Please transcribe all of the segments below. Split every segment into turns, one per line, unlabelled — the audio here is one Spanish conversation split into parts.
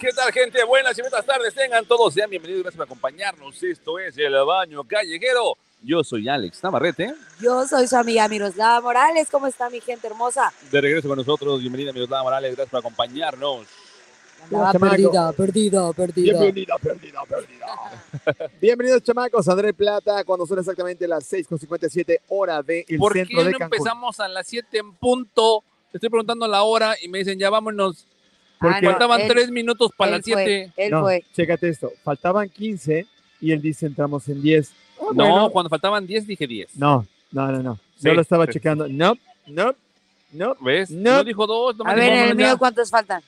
¿Qué tal, gente? Buenas y buenas tardes. Tengan todos, sean bienvenidos. Gracias por acompañarnos. Esto es El Baño Callejero. Yo soy Alex Navarrete.
Yo soy su amiga Miroslava Morales. ¿Cómo está mi gente hermosa?
De regreso con nosotros. Bienvenida, Miroslava Morales. Gracias por acompañarnos.
Andaba perdida, perdida, perdida.
Bienvenida, perdida, perdida. Bienvenidos, chamacos. André Plata, cuando son exactamente las 6.57 hora del
¿Por qué
centro
no
de Cancún.
empezamos a las 7 en punto? Te estoy preguntando la hora y me dicen, ya vámonos.
Porque-
Ah, no,
Faltaban
él-
3 minutos para
él
las
fue,
7.
Él
No,
fue.
chécate esto. Faltaban 15 y él dice entramos en 10. Ah,
No,
bueno.
cuando faltaban 10 dije 10.
No, no, no, no.
Sí,
Yo lo estaba
sí.
checando. No, no, no.
¿Ves?
No.
No, dijo 2. No
A ver, en el mío, ¿cuántos faltan?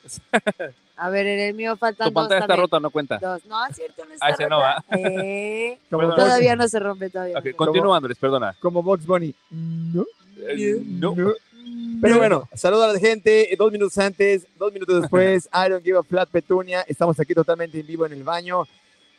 A ver, en el mío faltan
Tu
dos
pantalla está
también.
rota, no cuenta.
Dos. No, es cierto, no está
Ah, ese no va.
rota. Eh,
Como,
Perdón.
Bugs,
todavía no se rompe,
Ok,
todavía. no se rompe.
continúa, Andrés, perdona.
como Bugs Bunny. No,
Eh, no.
no. Pero bueno, saludo a la gente. eh, Dos minutos antes, dos minutos después. I don't give a flat Petunia. Estamos aquí totalmente en vivo en el baño.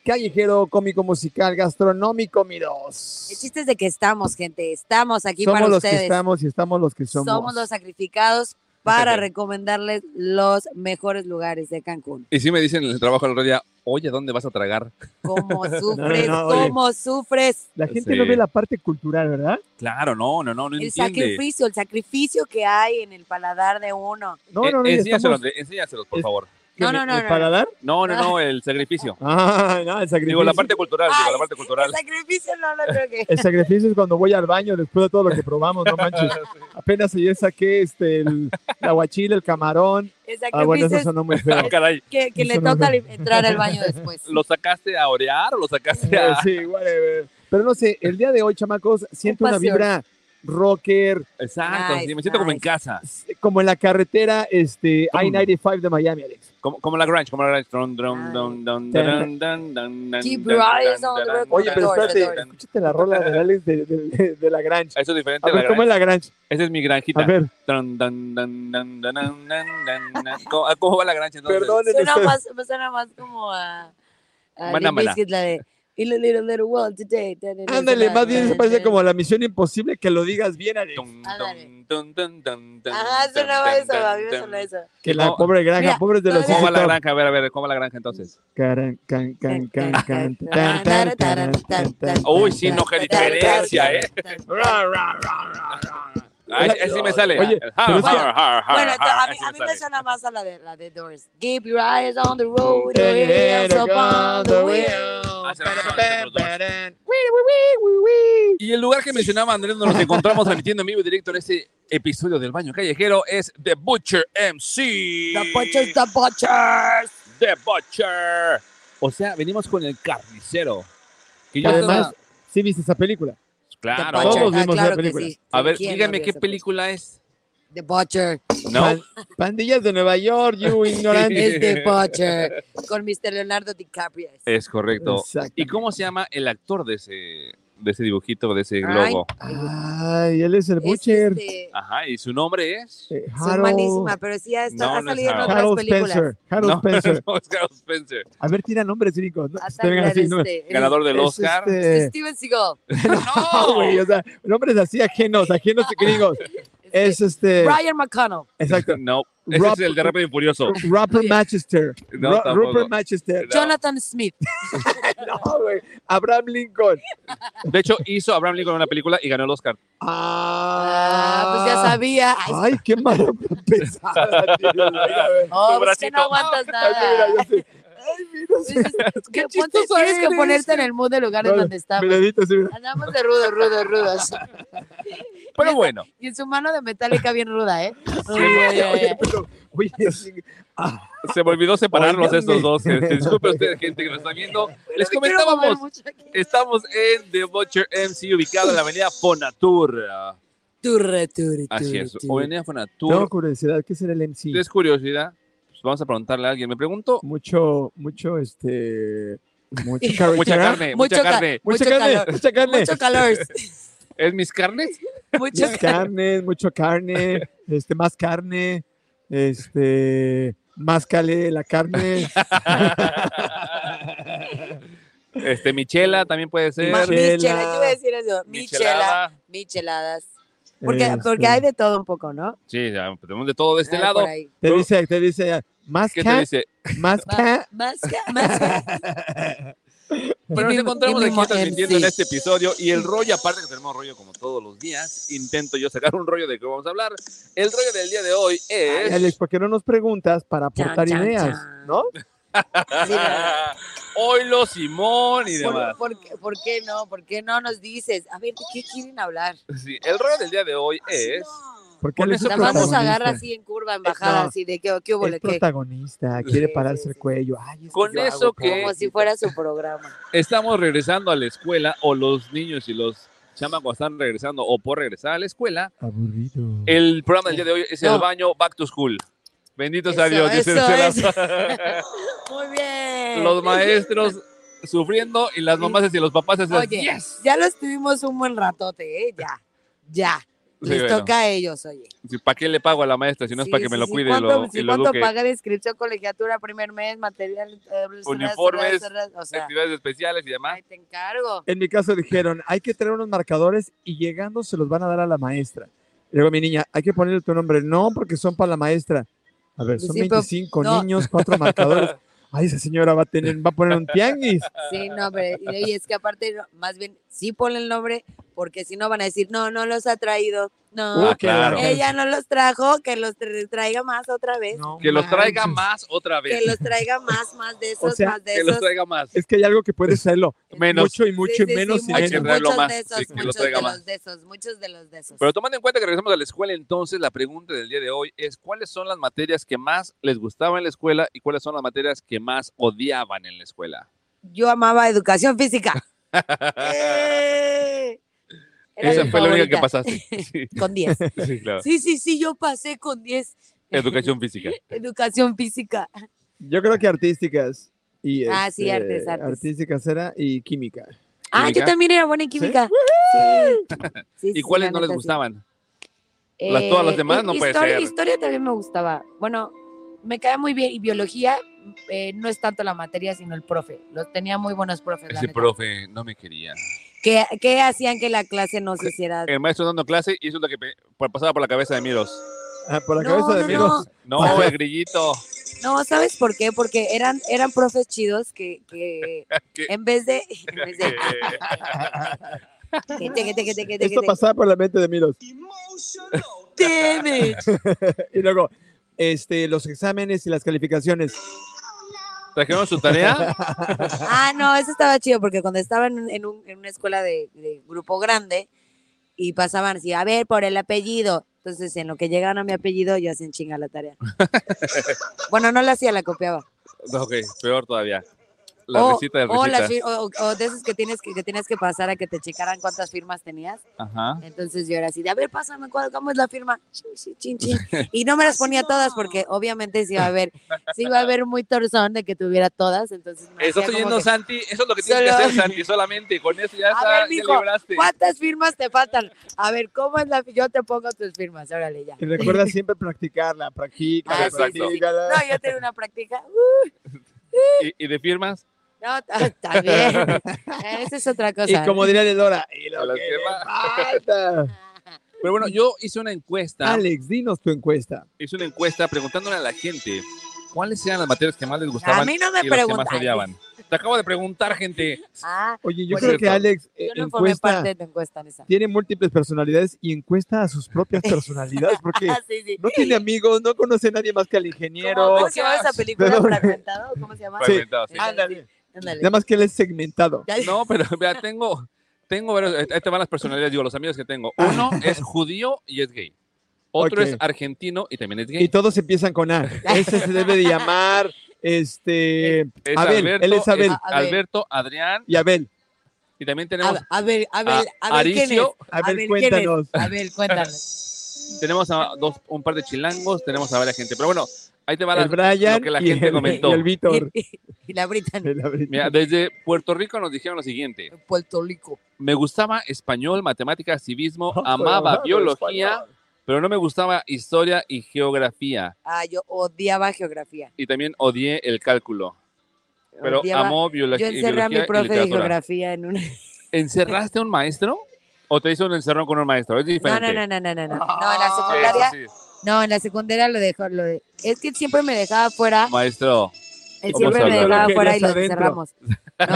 Callejero, cómico, musical, gastronómico, miros.
El chiste es de que estamos, gente. Estamos aquí
somos
para
los
ustedes.
que estamos y estamos los que somos.
somos. los sacrificados para recomendarles los mejores lugares de Cancún.
Y sí me dicen en el trabajo el otro día, oye, ¿dónde vas a tragar?
¿Cómo sufres?
no, oye.
¿Cómo sufres?
La gente
Sí.
no ve la parte cultural, ¿verdad?
Claro, no, no, no, no
El
entiende.
sacrificio, el sacrificio que hay en el paladar de uno.
No, no, no.
Eh,
ya
enséñaselos,
estamos-
Andrés, enséñaselos, por
Es-
favor.
¿Qué,
No,
me-
no, no,
¿El
no.
paladar?
No, no, no, el sacrificio.
Ah, no, el sacrificio.
Digo, la parte cultural, digo,
Ay,
la parte cultural.
El sacrificio no lo creo que.
El sacrificio es cuando voy al baño después de todo lo que probamos, no manches. Apenas ayer saqué este, el, la guachila, el camarón.
El
Ah,
sacrificio
bueno, eso
es
sonó muy
Ah,
feo.
caray.
que, que le
eso no lo
toca al- entrar al baño después.
¿Lo sacaste a orear o lo sacaste a...?
Sí, whatever. Pero no sé, el día de hoy, chamacos, siento una
paseo.
vibra rocker,
Exacto,
Nice,
sí, me siento como en
nice.
casa,
s- como en la carretera este, I-95 de Miami, Alex.
como, como la Grange, como la Grange. Dun,
Nice.
dun, dun, dun, dun, dun, dun, dun,
Keep
dun,
your
dun,
eyes
dun,
on the
dun, dun,
road.
Oye, pero
dun,
Doors,
espérate,
dun, dun.
escúchate la rola de Alex de, de- de- de la granja.
Eso es diferente
A
a la
ver, ¿cómo es
Grange.
la granja?
Esa es mi
A
granjita.
ver,
Dun, dun, dun, dun, dun, dun, dun, dun, dun. ¿Cómo, ah, cómo va la Grange entonces?
perdonen
Suena
ustedes.
más, suena más como a. a
Maná,
Limp
maná.
Bizkit, la de. "In a little, little world today".
Ándale, más bien se parece como a la misión imposible que lo digas bien, Alex.
Dun, dun,
Ándale.
dun, dun, dun, dun,
Ah, Ajá,
dun,
sonaba
dun,
eso, a mí me
dun,
sonó eso.
Que la
¿Cómo-
pobre granja,
Mira,
pobres de los
todavía-
¿Cómo va la
hijos.
granja? A ver, a ver, ¿cómo va la granja entonces?
Caran, can, can, can, can, tan, tan, tan, tan, tan.
Uy, sí, no, qué diferencia, ¿eh?
Ra, ra, ra, ra, ra.
Ay, así me sale.
Oye, pero es que-
Bueno,
Bueno,
to- a mí, a mí me suena más a la de, la de Doors. Keep your eyes on the road, your
Take
ears
it
upon
upon
the
the
wheel.
wheel.
Ah, se la pasaron los dos.
Pararán. Wii, wii, wii, wii, wii.
Y el lugar que mencionaba Andrés, donde nos encontramos transmitiendo en vivo y directo en este episodio del Baño Callejero es The Butcher MC.
The butchers, the butchers.
The Butcher. O sea, venimos con el carnicero. Que
Y
yo
además,
estaba-
sí viste esa película.
claro.
The Butcher. Ah,
Todos vimos
claro
esa
que
película.
sí.
A ver,
¿Quién no
díganme
vio
qué
esa
película es.
película? The Butcher.
No.
Pan- pandillas de Nueva York, you ignorante.
Es The Butcher. Con Mr. Leonardo DiCaprio.
Es correcto.
Exacto.
¿Y cómo se llama el actor de ese, de ese dibujito, de ese
Ay.
globo?
Ay, él es el
Es
Butcher.
este,
Ajá, y su nombre es.
Eh,
son malísima,
Harold
pero sí ha, está-
No,
ha
no es
salido en
Harold.
otras
Harold
películas.
Spencer. Harold
No,
Spencer.
no, es Carl Spencer.
A ver, tira nombres, gringos. No,
Ha
se te vengan
salido
así, no.
este, el-
Ganador del
Es
Oscar.
este-
Steven Seagal.
No, Oh, güey, o sea, nombres así ajenos, ajenos y gringos.
Este,
Es este.
Brian McConnell.
Exacto.
No, ese
Rob-
es el de Rápido y Furioso.
Rupert Manchester.
No,
Ru-
tampoco.
Rupert Manchester.
No.
Jonathan Smith.
No, güey. Abraham Lincoln.
De hecho, hizo Abraham Lincoln una película y ganó el Oscar.
Ah, pues ya
Ah,
sabía. Ay,
Ay, qué mala pensada. tío. Mira, a ver.
oh, pues que
bracito.
no aguantas
Ay,
nada.
mira, yo sé. Ay, mira, sí.
Pues es- es que ponte-
chistoso
tienes que
eres.
ponerte en el mood de lugares
Vale,
donde estamos.
Me dedito así, mira.
Andamos de rudos, rudos, rudos.
Pero bueno,
Y en su mano de metálica bien ruda, ¿eh?
Oye, pero, oye, sí. Ah,
se me olvidó separarlos
Óigame.
estos dos. Este, Disculpe usted, gente que nos está viendo. Les comentábamos, estamos en The Butcher MC, ubicado en la avenida Fonatur. Ah,
Turre, turre,
Así
turre,
es, o
turre.
avenida
Tengo
Fonatur.
curiosidad, ¿qué será el MC?
Es curiosidad, pues vamos a preguntarle a alguien. Me pregunto,
Mucho, mucho, este. Mucho
mucha
carretera.
carne,
Mucho
mucha
ca-
carne.
Mucha
Mucho
carne,
calor.
mucha carne.
Mucho calor.
¿Es mis carnes?
Mucho
Mucha
calor.
carne, mucho carne, este, más carne, este, más cale la carne.
Este, Michela también puede ser.
Ma-
Michela.
Michela, yo iba a decir eso. Michela.
Michelada.
Micheladas. Porque,
este,
porque hay de todo un poco, ¿no?
Sí, ya, tenemos de todo de este
Hay por
lado.
ahí.
Te dice, te dice,
Ah,
Más
¿Qué te
ca,
dice?
más ca.
Más que, más que-
Pero nos
Pues mi-
encontramos
y mi
aquí
mujer,
transmitiendo en
sí.
este episodio y el rollo, aparte que tenemos rollo como todos los días, intento yo sacar un rollo de qué vamos a hablar. El rollo del día de hoy
Ay,
es...
Alex, ¿por qué no nos preguntas para aportar
chan,
ideas?
chan.
¿No?
Mira.
Oilo Simón y demás.
¿Por, por qué, por qué no? ¿Por qué no nos dices? A ver, ¿de qué quieren hablar?
Sí, el rollo del día de hoy es...
Porque
Con
él es
eso
el
Nada más nos
protagonista.
agarra así en curva, en
Eh,
bajada,
no.
así de que, ¿qué hubo, le
Es
qué?
protagonista, quiere
Sí,
pararse
sí,
el
sí.
cuello. Ay, es
Con
yo
eso
hago
que-
todo.
Como si fuera su programa.
Estamos regresando a la escuela o los niños y los chamacos están regresando o por regresar a la escuela.
Aburrido.
El programa del día de hoy es
No.
el baño Back to School. Bendito sea
Eso,
Dios. dice
eso
Lucela.
Muy bien.
los maestros sufriendo y las mamás y los papás así,
Oye,
"Yes".
Ya los tuvimos un buen ratote, ¿eh? Ya, ya.
Sí,
Les
bueno,
toca a ellos, oye.
sí, ¿Para qué le pago a la maestra si no es
Sí,
para que
sí,
me lo
sí.
cuide y
¿Cuánto,
lo,
sí,
y lo
cuánto
eduque?
paga de inscripción, colegiatura, primer mes, material, eh, cerrado,
Uniformes, Este, ¿ah?
cerrado, cerrado, o sea,
Actividades especiales y demás.
ahí te encargo.
En mi caso dijeron, hay que traer unos marcadores y llegando se los van a dar a la maestra. Y luego mi niña, hay que ponerle tu nombre. No, porque son para la maestra. A ver,
Pues
son
sí, pero-
25
no.
niños, cuatro marcadores. Ay, esa señora va a tener, va a poner un tianguis.
Sí,
Ah.
no, hombre, y y es que aparte, no, más bien, sí ponle el nombre, porque si no van a decir, no, no los ha traído, no,
Ah, claro.
ella no los trajo, que los tra- traiga más otra vez.
No
Que los traiga
manches.
más otra vez.
Que los traiga más, más de esos,
sea,
más de
Que
esos.
los traiga más.
Es que hay algo que puede serlo.
Menos.
Mucho y mucho
Sí,
y
sí,
menos
sí,
y
Hay
muchos,
que
menos.
traerlo
muchos
más,
de esos,
sí, que lo
muchos
traiga
de
más.
los de esos, muchos de los de esos.
Pero tomando en cuenta que regresamos a la escuela, entonces la pregunta del día de hoy es cuáles son las materias que más les gustaban en la escuela y cuáles son las materias que más odiaban en la escuela.
Yo amaba educación física. ¡Eh! Era
Esa
mi
fue la única que
eh, favorita,
pasaste. Sí,
Con 10.
sí, claro.
Sí, sí, sí, yo pasé con 10.
Educación física.
Educación física.
Yo creo que artísticas. Y
Ah, sí,
este,
artes, artes.
Artísticas era y química.
Ah, yo
Química.
también era buena en química. Sí. Sí,
¿Y
sí,
cuáles
la
no les
neta, sí.
gustaban? Las- todas las demás,
Eh, hi-
no puede
historia-
ser.
Historia también me gustaba. Bueno, me cae muy bien. Y biología eh, no es tanto la materia, sino el profe. Los tenía muy buenos profes. la
Ese
neta.
profe no me quería.
que, que hacían que la clase no se hiciera.
El maestro dando clase y eso es lo que pe- pa- pasaba por la cabeza de Miros.
Ah, por la
No,
cabeza de
no,
amigos.
No, el grillito.
No, ¿sabes por qué? Porque eran, eran profes chidos que, que
¿Qué?
en vez de... En vez
Eh,
de que te- que te- que te- que te- que
Esto
te-
pasaba por la mente de Milos.
Damn it.
Y luego, este, los exámenes y las calificaciones.
Trajeron su tarea.
Ah, no, eso estaba chido porque cuando estaba en, un- en un- en una escuela de, de grupo grande y pasaban así, a ver, por el apellido. Entonces, en lo que llegaban a mi apellido, yo hacían chinga la tarea. bueno, no la hacía, la copiaba.
Ok, peor todavía. La
O-
recita de
o, las
recita.
fir- o- o de esos que tienes que, que tienes que pasar a que te checaran cuántas firmas tenías.
Ajá.
Entonces yo era así, de, a ver, pásame, cuál, ¿cómo es la firma? Chin, chin, chin, chin. Y no me las ponía todas porque obviamente sí iba a haber, sí iba a haber muy torzón de que tuviera todas, entonces me
Eso estoy
hacía como
yendo,
que,
Santi. Eso es lo que tienes que
Solo-
hacer, Santi, solamente. Con eso ya,
A
está,
ver,
ya
mijo,
libraste.
¿Cuántas firmas te faltan? A ver, ¿cómo es la fi- Yo te pongo tus firmas, órale, ya.
Y recuerda siempre practicarla, practícala,
Ah, sí,
Exacto.
sí, sí.
practícala.
No, yo tengo una práctica. uh,
¿Y, y de firmas?
no, ta- también. Esa es otra cosa.
Y como diría Lora, y lo
A las
que
que
le
va.
falta.
Pero bueno, yo hice una encuesta.
Alex, dinos tu encuesta.
Hice una encuesta preguntándole a la gente cuáles eran las materias que más les
a
gustaban
mí no me
y las que más
preguntan.
odiaban. Te acabo de preguntar, gente.
Ah,
Oye, yo
Por
creo que
cierto,
Alex eh,
yo no formé
encuesta,
parte de tu encuesta, Nessa.
tiene múltiples personalidades y encuesta a sus propias personalidades porque
Ah, sí, sí.
no tiene amigos, no conoce a nadie más que al ingeniero.
¿Cómo se llama esa película?
Pero-
¿Fragmentado? ¿Cómo se llama?
Sí.
Fragmentado,
Ah.
sí.
Ándale.
Ándale.
Nada más que él es segmentado.
Ya-
No, pero vea, tengo, tengo varios, eh, ahí te van las personalidades, digo, los amigos que tengo. Uno
Ah.
es judío y es gay. Otro
Ok.
es argentino y también es
Y
gay.
todos empiezan con A. Ese se debe de llamar este
Es
Abel, él es Abel.
A- Abel.
Alberto, Adrián
y Abel.
y también tenemos,
A, a ver, a ver,
A-
a ver quién es.
Aricio.
Abel,
ver, ¿quién es?
cuéntanos.
A ver, cuéntanos.
tenemos a dos, un par de chilangos, tenemos a varias gente. Pero bueno, ahí te van
El
las,
Brian
lo que la
y,
gente
el,
comentó.
y el Víctor.
Y, y la Brittany,
El Abel.
Mira, desde Puerto Rico nos dijeron lo siguiente.
en Puerto Rico.
Me gustaba español, matemáticas, civismo,
Pero
amaba
hablando
biología,
español.
pero no me gustaba historia y geografía.
Ah, yo odiaba geografía.
Y también odié el cálculo. Pero
Odiaba-
amó biolo-
Yo
biología.
encerré a mi
y
profe de
literatura.
geografía en una.
¿Encerraste a un maestro? ¿O te hizo un encerrón con un maestro? Es
No,
diferente.
no, no, no, no, no. No, en la secundaria,
Sí, Ah, eso sí.
No, en la secundaria lo dejó. Lo de... Es que él siempre me dejaba fuera.
Maestro.
Él
¿cómo
siempre
se habla?
me dejaba
Lo que
fuera y
ya
lo
está adentro.
cerramos. No,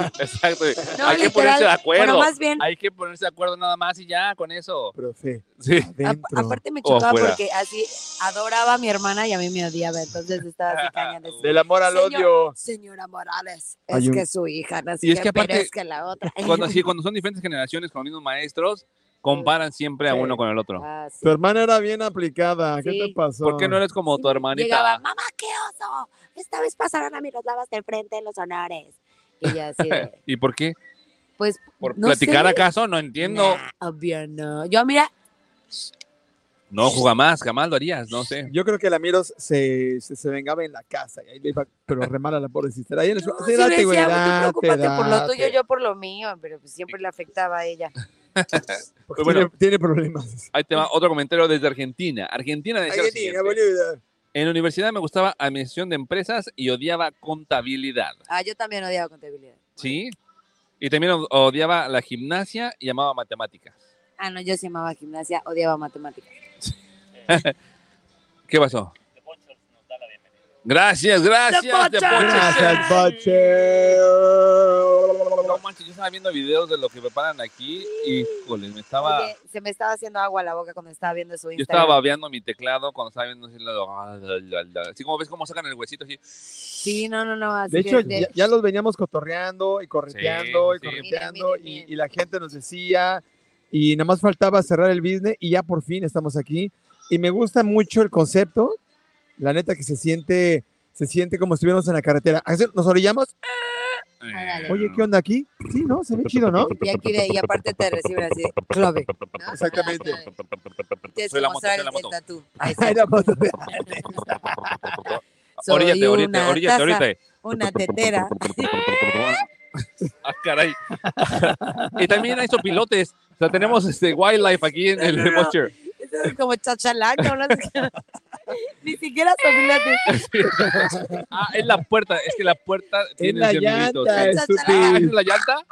no,
Exacto.
no,
Hay que
literal,
ponerse de acuerdo.
Bueno, más bien,
Hay que ponerse de acuerdo nada más y ya con eso.
Profe,
Sí.
a-
adentro.
aparte me
O
chocaba
afuera.
porque así adoraba a mi hermana y a mí me odiaba. Entonces estaba así cañón. de-
Del amor al
Señor.
odio.
Señora Morales, es
Hay un-
que su hija, no sé
Y es
qué,
que
pero
aparte-
es que la otra.
Cuando, sí, cuando son diferentes generaciones con los mismos maestros, comparan siempre a
Sí.
uno con el otro.
Ah, sí.
Tu hermana era bien aplicada. ¿Qué
Sí.
te pasó?
¿Por qué no eres como tu hermanita?
Llegaba, mamá, qué oso. Esta vez pasaron a mí los lavas del frente en los honores. Y ya así de,
¿Y por qué?
pues.
¿Por
no
platicar
sé.
acaso? No entiendo.
Nah, obvio no. Yo, mira,
No, juega más, jamás lo harías, no sé.
Yo creo que la Miros se, se, se vengaba en la casa. Y ahí le iba, pero remala la pobrecita. Ahí en el...
no,
Sí,
sí le
date, güey,
decía, "Tú
date,
preocúpate por lo
date".
tuyo, yo por lo mío, pero pues siempre le afectaba a ella.
Porque
Pues Bueno.
Pues tiene, tiene problemas.
Ahí te va otro comentario desde Argentina. Argentina decía lo
Argentina,
siguiente.
boludo.
En la universidad me gustaba administración de empresas y odiaba contabilidad.
Ah, yo también odiaba contabilidad.
¿Sí? Y también od- odiaba la gimnasia y amaba matemáticas.
Ah, no, yo sí amaba gimnasia, odiaba matemáticas.
¿Qué pasó? Gracias, gracias.
Tepochas.
Tepochas.
Gracias,
No
Bache.
manches, yo estaba viendo videos de lo que preparan aquí y, híjole, me estaba...
Oye, se me estaba haciendo agua la boca cuando estaba viendo su
Yo estaba
Instagram.
babeando mi teclado cuando estaba viendo así, ah, la- así como ves cómo sacan el huesito así.
Sí, no, no, no. así
De
que
hecho,
de-
ya, ya los veníamos cotorreando y correteando
Sí, pues sí.
y correteando
Miren, miren,
y-
miren.
Y, la gente nos decía y nada más faltaba cerrar el business y ya por fin estamos aquí. Y me gusta mucho el concepto, la neta que se siente, se siente como si estuviéramos en la carretera. Así, Nos orillamos,
Ándale.
oye, ¿qué onda aquí? Sí, ¿no? Se ve chido, ¿no?
Y, aquí de- y aparte te reciben así, clave. ¿no?
Exactamente.
Ah, clave. Tienes
Soy
que
la moto,
mostrar
soy la
el, el
moto.
tatú. Ahí está.
Ay, la foto de-
Soy
Oríllate, oríllate,
una
oríllate,
taza,
oríllate.
Una tetera.
Ah, caray. y también hay sopilotes. O sea, tenemos este wildlife aquí en el
No, no, no.
Watcher.
Eso es como chachalaca. no sé qué. Ni siquiera sopilote.
Ah, es la puerta. Es que la puerta
Es
tiene
la
cien
llanta,
mililitros. Ah, ¿es
estúpido.
la llanta?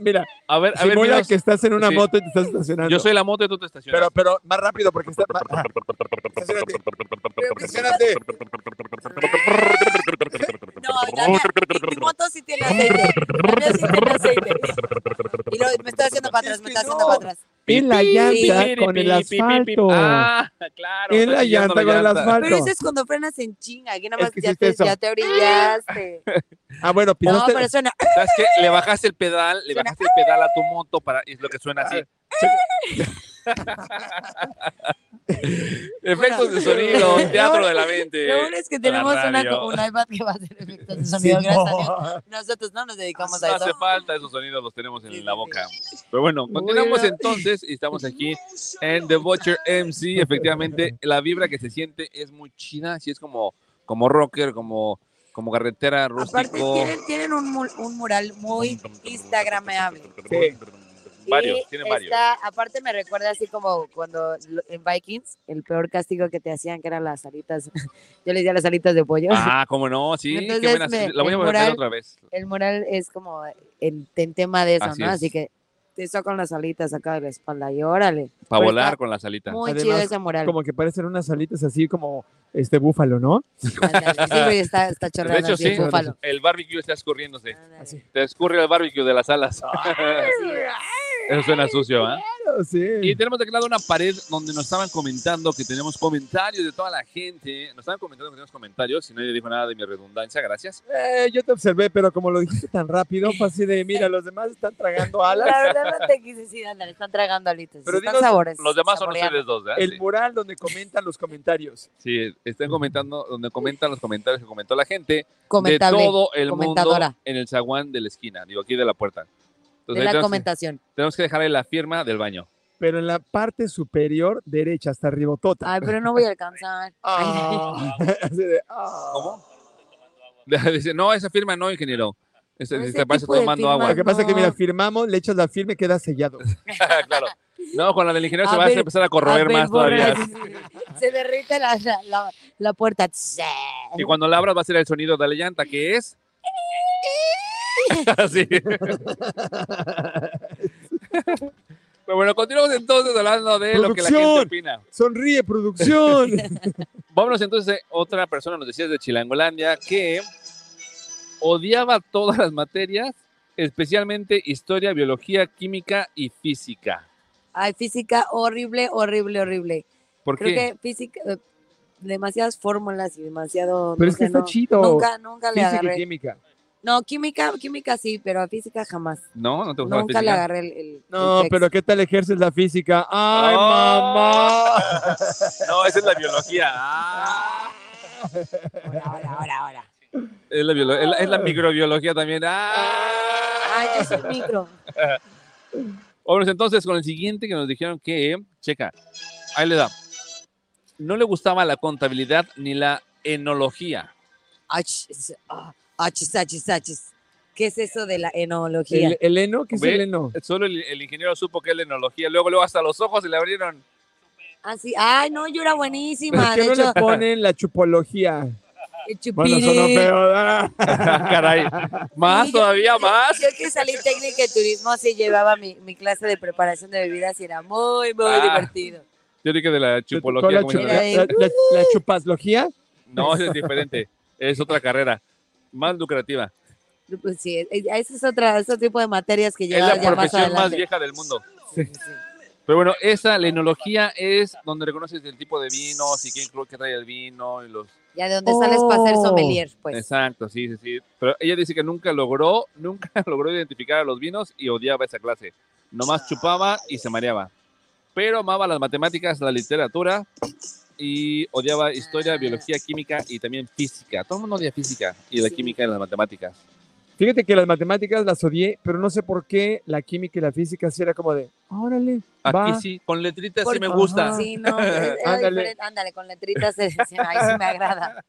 Mira,
A ver, a ver,
simula
Miros,
que estás en una
Sí.
moto y te estás estacionando.
yo soy la moto y tú te estacionas.
Pero, pero más rápido porque está... ah, estacionate. Estacionate.
No, la mía, mi, mi moto sí tiene aceite. La mía sí tiene aceite. Y lo, me estoy haciendo para atrás, me estoy haciendo para atrás.
En la
Pi, pi,
llanta
pi,
con
pi,
el
pi, pi, pi.
asfalto.
Ah, claro.
En
está
la
pillando
llanta con el asfalto.
Pero eso es cuando frenas en chinga. Aquí nada
Es
más
que
ya,
sí
te,
es eso.
ya te orillaste.
Ah, bueno,
No,
pisaste.
pero suena.
¿Sabes qué? Le bajaste el pedal, le
Suena-
bajaste el pedal a tu moto para es lo que suena así. Efectos de sonido, teatro de la
Lo bueno
mente.
es que
la
tenemos una,
radio.
un iPad que va a hacer efectos de
Sí,
sonido. gracias a Dios.
no.
Nosotros no nos dedicamos
No
a eso.
hace falta, esos sonidos los tenemos
Sí,
en la
sí,
boca. Pero bueno, continuamos entonces y estamos aquí en The Butcher MC. Efectivamente, la vibra que se siente es muy china, así es como, como rocker, como, como carretera
Aparte,
rústico.
tienen, tienen un, mul- un mural muy instagramable.
Sí.
Varios,
Y
tienen varios.
está- aparte me recuerda así como cuando lo- en Vikings, el peor castigo que te hacían, que eran las alitas, yo le decía las alitas de pollo.
Ah, cómo no, sí, qué
Entonces,
buena-
me-
la voy a
el
ver
mural-
otra vez.
El mural es como en, en tema de eso,
Así
¿no?
es.
Así que te con las alitas acá de la espalda y órale.
Para
Pero
volar
Pues está
con las alitas.
Muy
Además,
chido ese mural.
Como que parecen unas alitas así como este búfalo, ¿no?
Ándale, siempre está, está
De
chorreando
hecho,
así el
sí,
búfalo.
el barbecue está escurriéndose.
Ándale.
Así.
Te escurre el barbecue de las alas.
Ah.
Eso suena sucio, ¿ah?
Claro,
Y
sí.
tenemos de aquel lado una pared donde nos estaban comentando que tenemos comentarios de toda la gente. ¿eh? Nos estaban comentando que tenemos comentarios y nadie dijo nada de mi redundancia, gracias.
Eh, yo te observé, pero como lo dijiste tan rápido, fue así de, mira, los demás están tragando alas.
La verdad no te quise decir, ándale, están tragando alitas.
Pero
están
dinos,
sabores.
Los demás son
Pues, saboreando.
ustedes dos, ¿verdad?
El mural donde comentan los comentarios.
Sí, sí, están comentando, donde comentan los comentarios que comentó la gente
Comentable.
de todo el mundo
comentadora.
en el zaguán de la esquina, digo, aquí de la puerta.
de
Entonces, ahí
la
tenemos, que,
comentación.
tenemos que dejarle la firma del baño.
Pero en la parte superior derecha, hasta arribotota.
Ay, pero no voy a alcanzar.
Ah, así de, ah.
Dice, no, esa firma no, ingeniero. Ese,
No, ese
se parece
tipo de
tomando
firma
agua.
Lo que pasa es que, mira,
No.
firmamos, le echas la firma y queda sellado.
claro. No, con la del ingeniero
A
se va a
ver,
empezar a corroer
A ver,
más
borra,
todavía.
sí, Se derrite la, la, la, la puerta.
Y cuando la abras va a ser el sonido de la llanta, que es. Así. Pero bueno, continuamos entonces hablando de lo que la gente
Producción.
opina.
Sonríe, producción.
Vámonos entonces, otra persona nos decía de Chilangolandia que odiaba todas las materias, especialmente historia, biología, química y física.
Ay, física horrible, horrible, horrible.
¿Por
Creo
qué?
que física, eh, demasiadas fórmulas y demasiado.
Pero
no
es que
sé,
está
no-
chido.
Nunca, nunca le
Física y
agarré.
química.
No, química, química sí, pero a física jamás.
No, no te gustaba la
Nunca le
física?
agarré el. el-
No,
el Ah. pex.
pero ¿qué tal ejerces la física? ¡Ay,
Oh.
mamá!
No, esa es la biología. Ah.
Ahora, ahora, ahora, ahora.
Es la, biolo- es la- es la microbiología también.
Ay,
Ah.
yo soy micro.
Vámonos entonces con el siguiente que nos dijeron que, checa, ahí le da. No le gustaba la contabilidad ni la enología.
Ach, es- ah, achis, achis, achis. ¿Qué es eso de la enología?
¿El, el heno? ¿Qué es
Ve.
el heno?
Solo el, el ingeniero supo que es la enología. Luego, luego hasta los ojos se le abrieron.
Ah, sí. Ay, no, yo era
¿Por
buenísima.
qué
Ah, De
no
hecho,
le ponen la chupología?
el
Bueno,
chupire.
sonó feo. ah.
Caray. Más
Sí, yo-
todavía, más.
Yo que salí técnica de turismo, sí llevaba mi, mi clase de preparación de bebidas y era muy, muy
Ah.
divertido.
Yo dije de la
¿Con
chupología.
la,
¿cómo se
chu-
chupo-
llama?
la- la- la- la chupaslogía?
No, esa es diferente. Es otra carrera. Más lucrativa.
Pues Sí, eh, esa es otra, es otro tipo de materias que
Es
llevaba
la
ya más
profesión más
adelante.
vieja del mundo.
Sí, sí.
Pero bueno, esa, la enología, es donde reconoces el tipo de vinos y quién creo que trae el vino y los
Ya de donde sales para ser
Oh.
sommelier, pues.
Exacto, sí, sí, sí. Pero ella dice que nunca logró, nunca logró identificar a los vinos y odiaba esa clase.
Ah.
Nomás chupaba y se mareaba. Pero amaba las matemáticas, la literatura y odiaba historia,
Ah.
biología, química y también física. Todo el mundo odia física y la
Sí.
química y las matemáticas.
Fíjate que las matemáticas las odié, pero no sé por qué la química y la física sí era como de, órale,
Aquí
va.
sí, con letritas sí
Porque-
me gusta.
Sí, no, era
Ándale.
diferente. ándale, con letritas, eh, sí, ahí sí me agrada.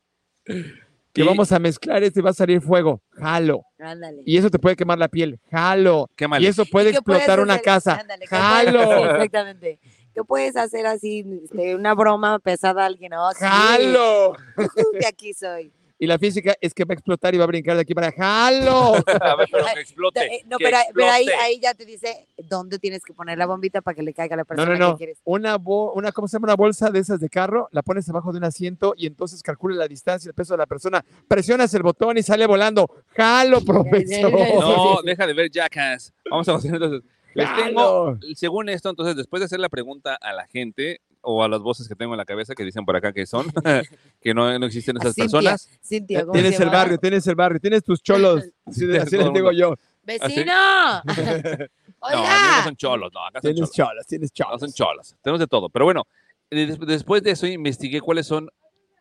que
Y-
vamos a mezclar esto y va a salir fuego. Jalo.
Ándale.
Y eso te puede quemar la piel. Jalo.
Qué mal.
Y eso puede
¿Qué puedes
explotar una
hacer?
casa.
Ándale, ¿qué puedes- sí,
Jalo.
exactamente. ¿Qué puedes hacer así, este, una broma pesada a alguien? Oh, sí,
Jalo.
de aquí soy.
Y la física es que va a explotar y va a brincar de aquí para jalo.
A ver, pero que explote.
Eh, No,
que
pero, pero ahí,
explote.
ahí ya te dice dónde tienes que poner la bombita para que le caiga a la
No,
persona
no, no.
que quieres.
Una, bo- una, ¿cómo se llama? Una bolsa de esas de carro, la pones abajo de un asiento y entonces calcula la distancia, el peso de la persona. Presionas el botón y sale volando. Jalo, profesor.
No, deja de ver jackass. Vamos a hacer entonces. Les tengo
Jalo.
según esto, entonces, después de hacer la pregunta a la gente o a las voces que tengo en la cabeza que dicen por acá que son, que no, no existen esas
Cintia,
personas.
Cintia, ¿cómo
Tienes
se
el
llamaba?
barrio, tienes el barrio, tienes tus cholos. Así, de- así les digo yo.
¡Vecino!
No, amigos, no
¡Oiga!
son cholos, no, acá son cholos.
Tienes cholos, tienes
No
cholos.
son cholos. Tenemos de todo. Pero bueno, eh, des- después de eso investigué cuáles son,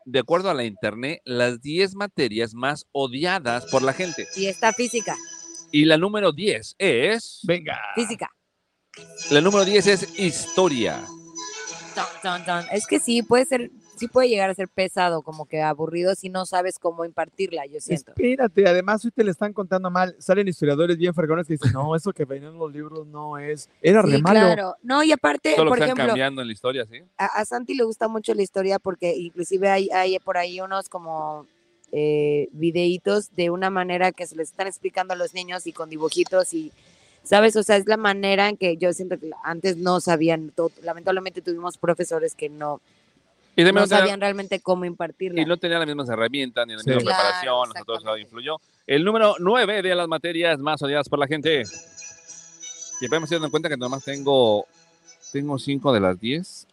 de acuerdo a la internet, las 10 materias más odiadas por la gente.
Y está física,
Y la número 10 es.
Venga.
física.
La número 10 es historia.
Ton, ton, ton. Es que sí, puede ser, sí puede llegar a ser pesado, como que aburrido si no sabes cómo impartirla, yo siento.
Espérate, además hoy te le están contando mal. Salen historiadores bien fregones que dicen, no, eso que venían en los libros no es. Era re
Sí,
malo.
claro. No, y
Eh,
aparte,
Todo lo
por
que están
ejemplo,
cambiando en la historia, ¿sí?
a, a Santi le gusta mucho la historia porque inclusive hay, hay por ahí unos como eh, videitos de una manera que se les están explicando a los niños y con dibujitos y, ¿sabes? O sea, es la manera en que yo siento que la- antes no sabían, todo, lamentablemente tuvimos profesores que no,
Y también
no
no tenía-
sabían realmente cómo impartirla.
y no tenía las mismas herramientas ni la
Sí.
misma
Claro,
preparación, o sea, todo eso
exactamente.
influyó. El número 9 de las materias más odiadas por la gente. Y me estoy dando cuenta que nomás tengo tengo 5 de las 10.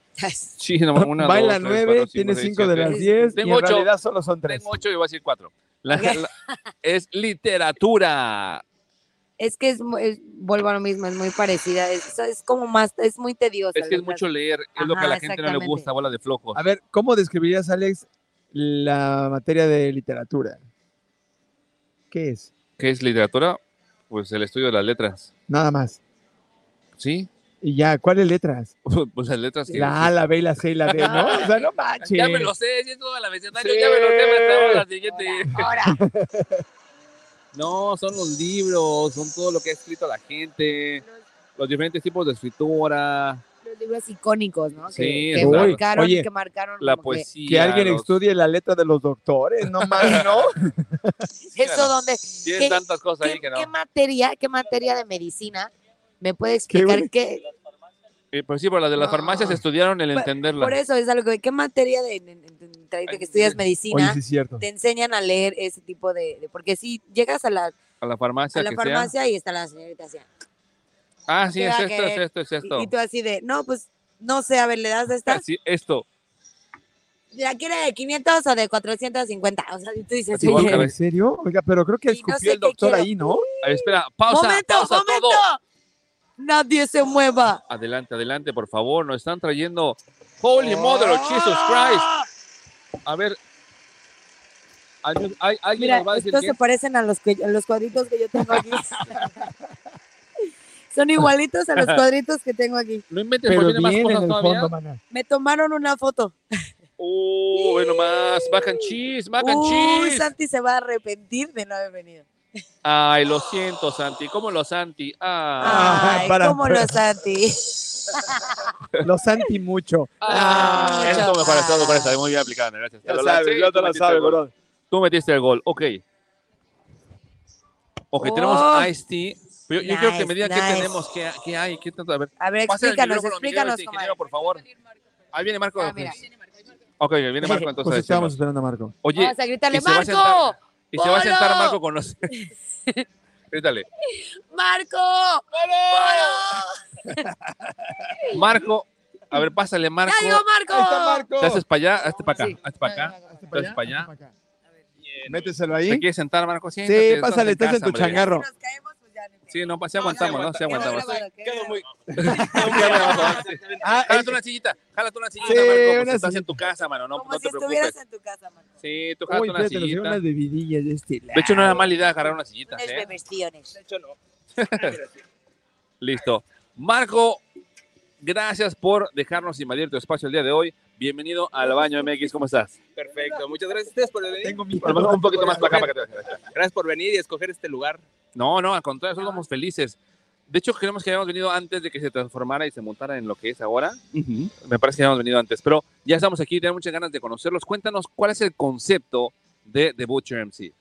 Sí, nomás una, dos,
Baila
tres,
nueve,
cuatro, cinco,
tiene
seis,
cinco de
siete.
las diez.
Tengo
y en
ocho.
realidad solo son tres.
Tengo 8 y voy a decir 4. es literatura.
Es que es, mu- es- vuelvo a lo mismo, es muy parecida, es, o sea, es como más, es muy tediosa.
Es que es
la
mucho leer, es lo que a
Ajá,
la gente no le
exactamente.
gusta, bola de flojos.
A ver, ¿cómo describirías, Alex, la materia de literatura? ¿Qué es?
¿Qué es literatura? Pues el estudio de las letras.
Nada más.
¿Sí?
Y ya, ¿cuáles letras?
Pues las letras que
La A, la B, la C y la D, ¿no? O sea, no manches.
Ya me lo sé, si es toda la vecindario,
Sí.
ya me lo sé, me traigo la siguiente.
Ahora,
No, son los libros, son todo lo que ha escrito la gente, los diferentes tipos de escritura,
los libros icónicos, ¿no?
Sí,
que, que
exacto.
marcaron,
Oye,
que marcaron
la
como que-
poesía.
que alguien
los-
estudie la letra de los doctores, no más, ¿no?
Eso
Claro.
donde.
Tienes
¿qué-
tantas cosas
¿Qué,
ahí que no.
qué materia, qué materia de medicina me puede explicar
bueno.
qué,
Eh, pues sí, pero las de las
No.
farmacias estudiaron el
Por-
entenderla.
por e- eso es algo de qué materia de, en- en- en- traído
Ay,
que estudias
sí.
Oye,
medicina
sí es cierto.
te enseñan a leer ese tipo de, de- porque si llegas a la,
a la farmacia
a la
que
farmacia y está la señorita así,
sea. Ah, sí,
¿qué
es
va a
esto, es
querer?
esto, es esto.
y, y tú así de, no, pues no sé, a ver, le das de esta,
Ah, sí, esto.
la quiere de 500 o de 450, o sea, y tú dices,
Sí,
oye,
porque-
¿En serio? Oiga, pero creo
Y
que
no
escupió
sé
el
qué
doctor
quiero.
ahí, ¿no?
A ver, espera, pausa,
momento,
pausa
momento,
todo.
nadie se mueva.
Adelante, adelante, por favor, nos están trayendo. Holy Mother of Jesus Christ. A ver. ¿Alguien, hay- alguien
Mira,
nos va a decir
estos
quién?
se parecen a los, que- a los cuadritos que yo tengo aquí. Son igualitos a los cuadritos que tengo aquí.
No inventes,
Pero
porque tiene
bien
más
en
cosas
el
todavía.
fondo, maná.
Me tomaron una foto.
Uh, ve nomás. Mac and cheese, mac and
Uy,
cheese.
Santi se va a arrepentir de no haber venido.
Ay, lo siento, Santi. ¿Cómo lo Santi? Ah,
Ah,
Ay,
para-
cómo lo Santi.
Los anti mucho.
ah,
mucho
eso estuvo mejor, eso estuvo mejor,
más.
está muy bien aplicado, gracias. Te
Ya
lo
sabes,
lancé y
ya
tú
te la
metiste el
sabes,
gol.
bro.
Tú metiste el gol, ok. Ok, tenemos
Oh.
Ice-T. Yo, yo quiero que me
Nice,
digan qué
nice.
tenemos, qué, qué hay, qué tanto. A ver,
A ver,
Pasen el
explícanos,
micrófono, mi querido
explícanos.
ingeniero,
comadre.
por favor. Ahí viene Marco.
Ah, mira.
Ok, viene Marco entonces.
Pues
a
estábamos
decirnos.
esperando a Marco.
Oye,
Vamos a gritarle,
y se va a
¡Marco!
sentar- y se va a sentar
¡Polo!
Marco con los. Grítale.
¡Marco! ¡Polo!
Marco, a ver, pásale, Marco.
¡Ya digo
Ahí está
Marco!
Marco.
Te haces para allá, hazte para acá,
Sí.
hazte para acá.
Hazte
Entonces, para allá.
hazte para Méteselo
¿Te
ahí.
quieres sentar, Marco? Sí,
Sí, pásale, estás en tu
hombre.
changarro. Marro.
Si nos caemos, pues ya ni pedo.
Sí, no, sí aguantamos, ¿no? Sí
Quedó
aguantamos.
grabado, quedó
Quedo muy.
Ah,
Jálate una sillita, jálate una sillita,
Sí,
Marco, pues
una
estás en
sillita.
tu casa, mano, no,
Como
no
si
te
estuvieras
preocupes.
en tu casa, Marco.
Sí, tú
Uy,
jálate una
espérate, nos dieron
sillita.
unas
De
bebidillas de este lado.
hecho, no era mala idea agarrar unas sillitas,
Unas
¿eh?
beberciones.
Listo. Marco, gracias por dejarnos invadir tu espacio el día de hoy. Bienvenido al Baño MX, ¿cómo estás?
Perfecto. Muchas gracias a ustedes por venir.
Tengo miedo.
A lo mejor un poquito más para acá, para acá.
Gracias por venir y escoger este lugar.
No, no, al contrario, nosotros somos felices. De hecho, creemos que habíamos venido antes de que se transformara y se montara en lo que es ahora. Me parece que habíamos venido antes, pero ya estamos aquí, tenemos muchas ganas de conocerlos. Cuéntanos, ¿cuál es el concepto de The Butcher MC?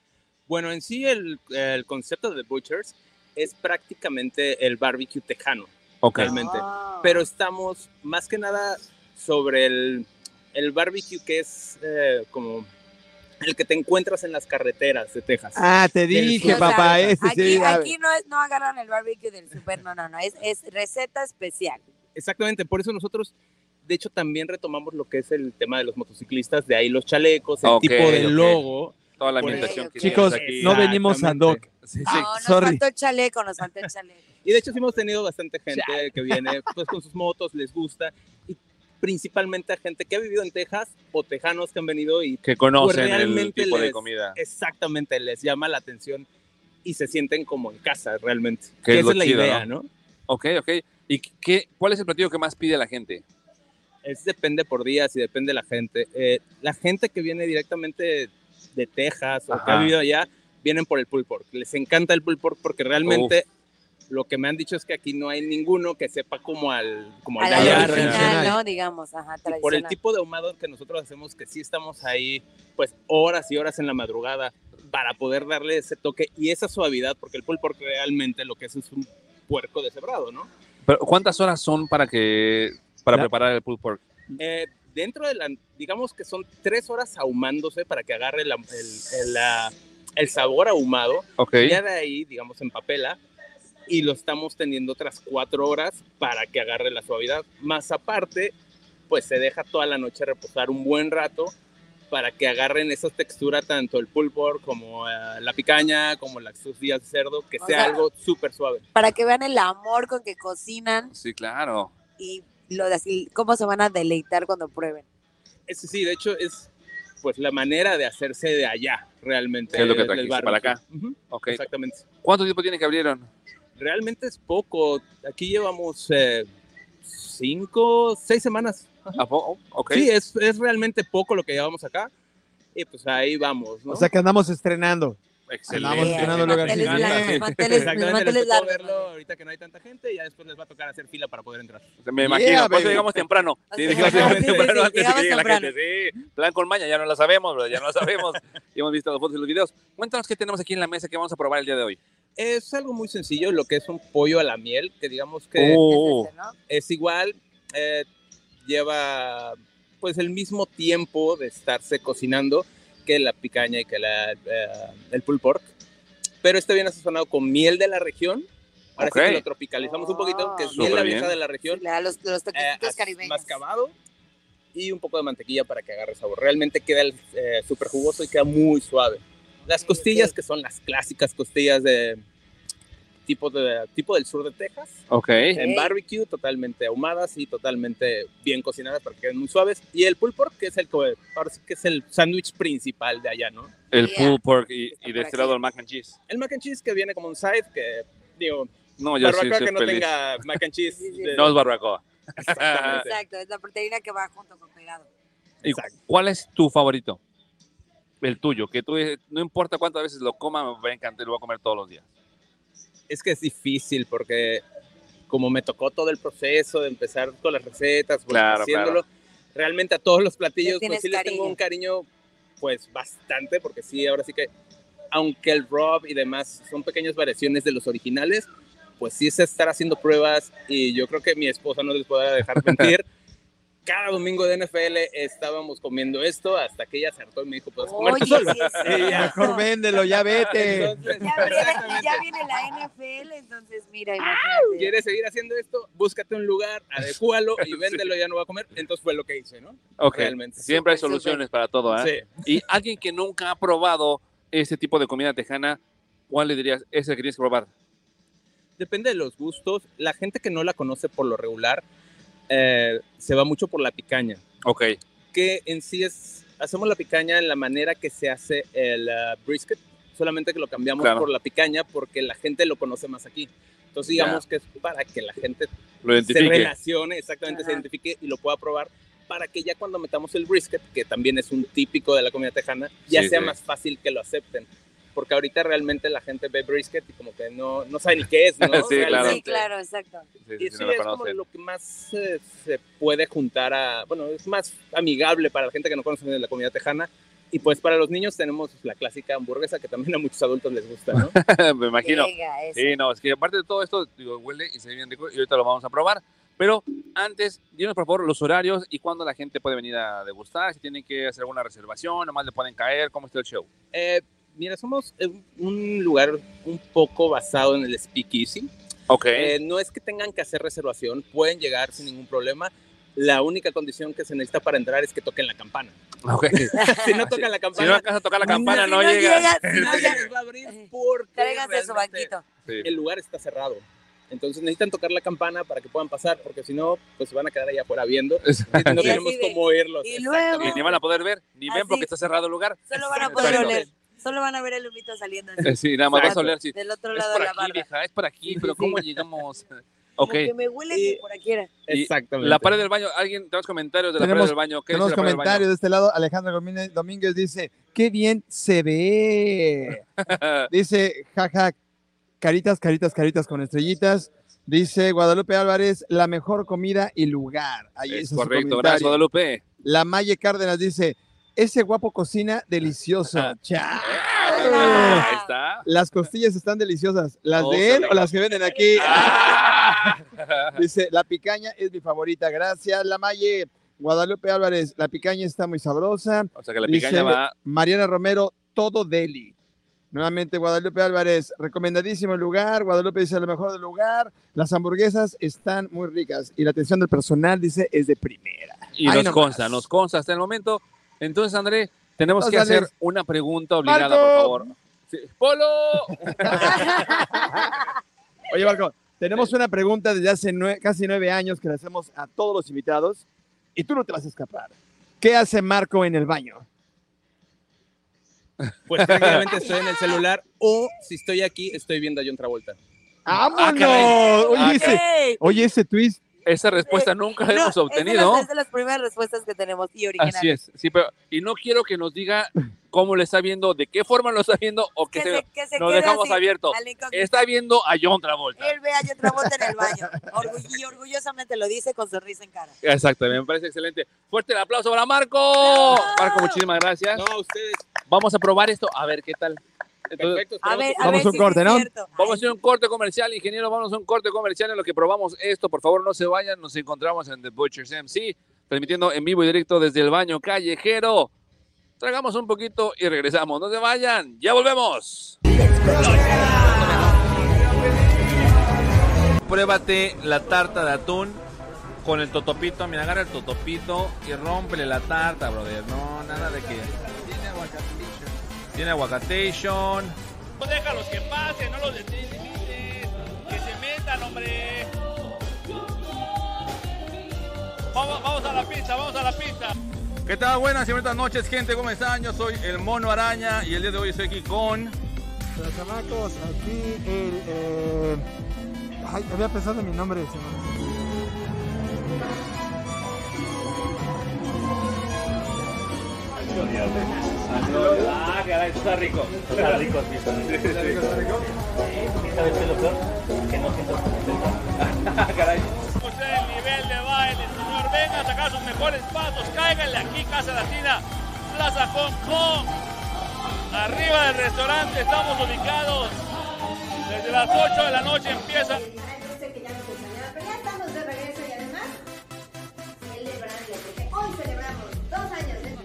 Bueno, en sí el, el concepto de Butchers es prácticamente el barbecue tejano,
Ok,
realmente.
Ah.
Pero estamos más que nada sobre el, el barbecue que es eh, como el que te encuentras en las carreteras de Texas.
Ah, te dije,
O sea,
papá, este
aquí,
sí. a ver.
aquí no, es, no agarran el barbecue del super, no, no, no, es, es receta especial.
Exactamente, por eso nosotros, de hecho, también retomamos lo que es el tema de los motociclistas, de ahí los chalecos, el
Ok,
tipo de
ok.
logo.
toda la
Por
ambientación que
ello,
Chicos,
tienes aquí.
no venimos a
Exactamente.
Doc.
Sí,
No,
sí.
nos
sorry.
faltó el chaleco, nos faltó el chaleco.
Y de hecho sí hemos tenido bastante gente que viene pues, con sus motos, les gusta, y principalmente a gente que ha vivido en Texas o tejanos que han venido y
Que conocen
Pues
el
realmente
tipo de
les-
comida.
exactamente les llama la atención y se sienten como en casa realmente.
Que
Que
es
esa
lo
es la
chido,
idea, ¿no?
Ok, ok. ¿Y qué, cuál es el platillo que más pide la gente?
Es, depende por días y depende de la gente. Eh, la gente que viene directamente de Texas o que
Ajá.
ha vivido allá, vienen por el pulled pork. Les encanta el pulled pork porque realmente lo que me han dicho es que aquí no hay ninguno que sepa como al, como
A
al
la
gallo
Gallardo,
original,
tradicional.
¿no? Digamos, ajá,
Y por el
tradicional.
tipo de ahumado que nosotros hacemos, que sí estamos ahí, pues horas y horas en la madrugada para poder darle ese toque y esa suavidad, porque el pulled pork realmente lo que es es un puerco deshebrado, ¿no?
Pero, ¿Cuántas horas son para que para
La-
preparar el pulled pork?
Eh, dentro de la, digamos que son tres horas ahumándose para que agarre la- el, el- la- el sabor ahumado,
Ok.
ya de ahí, digamos, en papela, y lo estamos teniendo otras cuatro horas para que agarre la suavidad. Más aparte, pues se deja toda la noche reposar un buen rato para que agarren esa textura, tanto el pulpor como eh, la picaña, como las sucias de cerdo, que
O
sea
sea-
algo súper suave.
Para que vean el amor con que cocinan
Sí, claro.
y lo de así, cómo se van a deleitar cuando prueben.
Es- sí, de hecho es pues la manera de hacerse de allá realmente.
Que es lo que
del
trajiste
barbecue.
para acá.
Ujú,
Ok.
Exactamente.
¿Cuánto tiempo tiene que abrieron?
Realmente es poco. Aquí llevamos eh, cinco, seis semanas.
¿A poco? Ok.
Sí, es, es realmente poco lo que llevamos acá. Y pues ahí vamos, ¿no?
O sea que andamos estrenando.
Excelente.
Andamos
Eh,
llenando
los
lugares
manteles
gigantes.
largos, los manteles- los
Exactamente, les
manteles
tocó
largos.
verlo
¿no?
ahorita que no hay tanta gente y ya después les va a tocar hacer fila para poder entrar.
Me
Yeah,
imagino, por eso
baby.
llegamos temprano.
O
Sí,
sea,
llegamos
sí, sí, sí,
temprano antes de que
llegamos
llegue la
temprano.
gente. Sí, plan con maña, ya no la sabemos, bro, ya no la sabemos. ya hemos visto las fotos y los videos. Cuéntanos qué tenemos aquí en la mesa que vamos a probar el día de hoy.
Es algo muy sencillo, lo que es un pollo a la miel, que digamos que
Oh,
Es ese, ¿no?
es igual, eh, lleva pues el mismo tiempo de estarse cocinando que la picaña y que la, eh, el pulled pork, pero este viene sazonado con miel de la región. Ahora sí
Ok.
que lo tropicalizamos un poquito, que es
Ah.
miel la
Súper
vieja
bien.
de la región.
Le da los, los
eh,
toquecitos
as-
caribeños.
mascabado y un poco de mantequilla para que agarre sabor. Realmente queda el, eh, súper jugoso y queda muy suave. Las
Ok,
costillas,
ok.
que son las clásicas costillas de tipo, de, tipo del sur de Texas,
Ok.
en barbecue, totalmente ahumadas y totalmente bien cocinadas para que queden muy suaves. Y el pulled pork, que es el, que- ahora sí que es el sándwich principal de allá, ¿no?
El
Yeah.
pulled pork y,
Está
y de
por
este
aquí.
lado el mac and cheese.
El mac and cheese que viene como un side, que digo,
No, yo sí
barbacoa
soy
que no
feliz.
tenga mac and cheese.
Sí, sí.
de-
No ah, es barbacoa.
exactamente.
Exacto, es la proteína que va junto con pegado.
¿Y
Exacto.
¿Cuál es tu favorito? El tuyo, que tú dices, no importa cuántas veces lo coma, me va a encantar, lo voy a comer todos los días.
es que es difícil porque como me tocó todo el proceso de empezar con las recetas, pues,
Claro,
haciéndolo, realmente a todos los platillos,
Le
pues
tienes
sí les tengo
cariño.
un cariño, pues bastante, porque sí, ahora sí que, aunque el rob y demás son pequeñas variaciones de los originales, pues sí es estar haciendo pruebas y yo creo que mi esposa no les podrá dejar mentir. Cada domingo de NFL estábamos comiendo esto hasta que ella se hartó y me dijo, pues comer
Oye, sí
solo.
es
Sí, ya,
cierto.
Mejor véndelo, ya vete.
Entonces,
Ya viene,
exactamente.
ya viene la NFL, entonces mira,
Sí.
imagínate.
¿Quieres seguir haciendo esto? Búscate un lugar, adecúalo y véndelo, ya no va a comer. Entonces fue lo que hice, ¿no?
Ok.
Realmente.
Siempre hay
Súper,
soluciones para todo, ¿eh?
Sí.
Y alguien que nunca ha probado ese tipo de comida tejana, ¿cuál le dirías? Ese que tienes que probar.
Depende de los gustos. La gente que no la conoce por lo regular eh, se va mucho por la picaña,
Ok.
que en sí es, hacemos la picaña en la manera que se hace el eh, brisket, solamente que lo cambiamos
Claro.
por la picaña porque la gente lo conoce más aquí. Entonces
Ya.
digamos que es para que la gente
Lo
se
identifique.
relacione, exactamente, se
Ajá.
identifique y lo pueda probar para que ya cuando metamos el brisket, que también es un típico de la comida tejana, ya
Sí,
sea
sí.
más fácil que lo acepten. Porque ahorita realmente la gente ve brisket y como que no, no sabe ni qué es, ¿no?
Sí, claro.
Sí, claro, exacto.
Sí, sí,
Y
sí,
sí,
no lo
es como
conocen.
lo que más eh, se puede juntar a, bueno, es más amigable para la gente que no conoce de la comida tejana. Y pues para los niños tenemos la clásica hamburguesa que también a muchos adultos les gusta, ¿no?
Me imagino.
Venga, eso.
Sí, no, es que aparte de todo esto, digo, huele y se ve bien rico y ahorita lo vamos a probar. Pero antes, dinos por favor los horarios y cuándo la gente puede venir a degustar, si tienen que hacer alguna reservación, nomás le pueden caer, cómo está el show.
Eh, mira, somos eh, un lugar un poco basado en el speakeasy.
Ok.
Eh, no es que tengan que hacer reservación, pueden llegar sin ningún problema. La única condición que se necesita para entrar es que toquen la campana. Si no tocan la
Ah, Si no
campana,
alcanzas a tocar la campana,
Si
no, llega.
si no
nadie
llega,
les va a abrir porque
Tráiganse su
realmente
banquito.
Sí.
El lugar está cerrado. Entonces necesitan tocar la campana para que puedan pasar, porque si no, pues se van a quedar allá afuera viendo. Y no
Y así
tenemos
de-
cómo oírlos.
y luego-
Y ni van a poder ver, ni ven
Así.
porque está cerrado el lugar.
Solo van a poder
Exacto.
oler. Solo van a ver el humito saliendo así,
Eh, Sí, nada más vas a
Exacto.
oler sí.
del otro
Es
lado
por
de la
aquí,
barba.
vieja, es por aquí,
Sí,
pero
sí,
¿cómo llegamos?
Como
ok.
que me huele
Y-
que por aquí era.
y
Exactamente.
La pared del baño, alguien, tenemos comentarios de la pared
Tenemos-
del baño. ¿Qué
Tenemos
dice la pared del
comentarios de este lado. Alejandro Gomínez- Domínguez dice, qué bien se ve.
baño?
Dice, jaja, caritas, caritas, caritas con estrellitas. Dice Guadalupe Álvarez, la mejor comida y lugar. Ahí
Es
está su
correcto,
comentario.
gracias, Guadalupe.
La Maye Cárdenas dice, ese guapo cocina delicioso.
Ah.
Chao.
Ah.
Ahí está.
Las costillas están deliciosas. ¿Las
Oh, qué
de él
rico.
o las que venden aquí?
Ah.
Dice, la picaña es mi favorita. Gracias, La Maye. Guadalupe Álvarez, la picaña está muy sabrosa.
O sea que la
Dice-
picaña va.
Mariana Romero, todo deli. Nuevamente Guadalupe Álvarez, recomendadísimo el lugar. Guadalupe dice lo mejor del lugar. Las hamburguesas están muy ricas y la atención del personal dice es de primera.
Y
Ahí
nos
nomás.
consta, nos consta hasta el momento. Entonces, André, tenemos
Nos
que
sale-
hacer una pregunta obligada,
¡Marco!
por favor. Sí. ¡Polo!
Oye, Marco, tenemos una pregunta desde hace nue- casi nueve años que le hacemos a todos los invitados y tú no te vas a escapar. ¿Qué hace Marco en el baño?
Pues prácticamente estoy en el celular o si estoy aquí, estoy viendo a John Travolta.
¡Vámonos!
caray. Ah,
oye, ese,
Ey,
oye, ese twist.
Esa respuesta nunca la
Eh, no,
hemos
Es de,
obtenido.
las, es de las primeras respuestas que tenemos y originales.
Así es. Sí, pero, y no quiero que nos diga cómo lo está viendo, de qué forma lo está viendo o
Que
qué
se,
se.
que se
Nos
quede
dejamos
así,
abierto. Este-
al incógnito.
Está viendo a John Travolta.
Él ve a yo otra vuelta en el baño. Orgull- y orgullosamente lo dice con sonrisa en cara.
Exacto, me parece excelente. Fuerte el aplauso para Marco. Marco, muchísimas gracias.
No, ustedes.
Vamos a probar esto, a ver qué tal. Entonces,
Perfecto,
A
esperamos
ver,
tu-
a
Vamos
ver si
a un corte,
es
¿no?
cierto.
Vamos a hacer un corte comercial, ingeniero. Vamos a un corte comercial en lo que probamos esto. Por favor, no se vayan. Nos encontramos en The Butcher's MC, transmitiendo en vivo y directo desde el baño callejero. Tragamos un poquito y regresamos. No se vayan. Ya volvemos.
Pruébate la tarta de atún con el totopito. Mira, agarra el totopito y rómpele la tarta, brother. No, nada de que. Tiene aguacatation. Tiene aguacatation.
Pues déjalos que pasen, no los limites, Que se metan, hombre. Vamos, vamos a la pista, vamos a la pista.
¿Qué tal? Buenas y buenas noches, gente. ¿Cómo están? Yo soy el Mono Araña y el día de hoy estoy aquí con...
Pero chamacos, aquí el... eh, Ay, había pensado en mi nombre. se me olvidó.
Ah, caray, está rico. Está rico, sí, está rico. ¿Está rico? ¿Sabes qué es lo peor? Que no siento caray. Usted el nivel de baile, señor. Venga a sacar sus mejores pasos. Cáiganle aquí, Casa Latina, Plaza Hong Kong. Arriba del restaurante estamos ubicados. Desde las 8 de la noche empieza
Parece que ya nos extrañaba, pero ya estamos de regreso y además celebrando, porque hoy celebramos dos años de...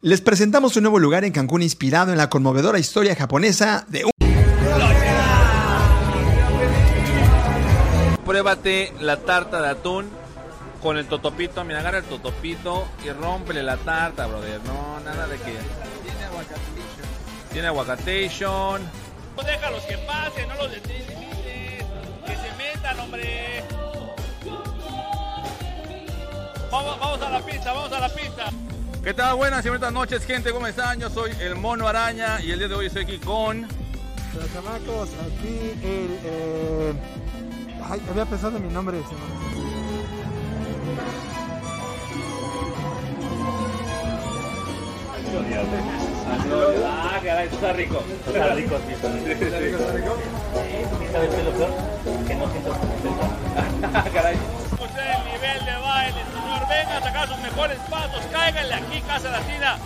Les presentamos un nuevo lugar en Cancún inspirado en la conmovedora historia japonesa de un...
Pruébate la tarta de atún con el totopito. Mira, agarra el totopito y rómpele la tarta, brother. No, nada de que. Tiene aguacatation. Tiene aguacatation.
Pues déjalos que pasen, no los limites, Que se metan, hombre. Vamos, vamos a la pista, vamos a la pista.
¿Qué tal? Buenas y buenas noches, gente. ¿Cómo están? Yo soy el Mono Araña y el día de hoy estoy aquí con...
Pero chamacos, aquí el... eh, Ay, había pensado en mi nombre. se me olvidó.
Ah, caray, está rico. Está rico, sí, está rico. ¿Sabes qué es lo peor? Que no siento caray. Usted el nivel de baile, señor. Venga a sacar sus mejores pasos. Cáiganle aquí, Casa Latina,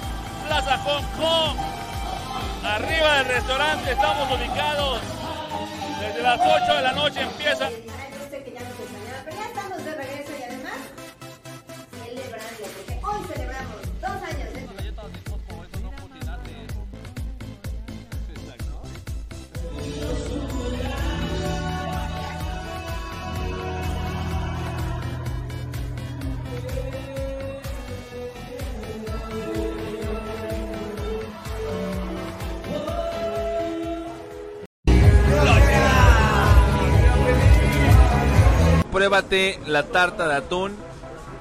Plaza Hong Kong. Arriba del restaurante estamos ubicados. Desde las 8 de la noche empieza
Parece que ya nos extrañaba, pero ya estamos de regreso y además celebrando, porque hoy celebramos dos años de...
Pruébate la tarta de atún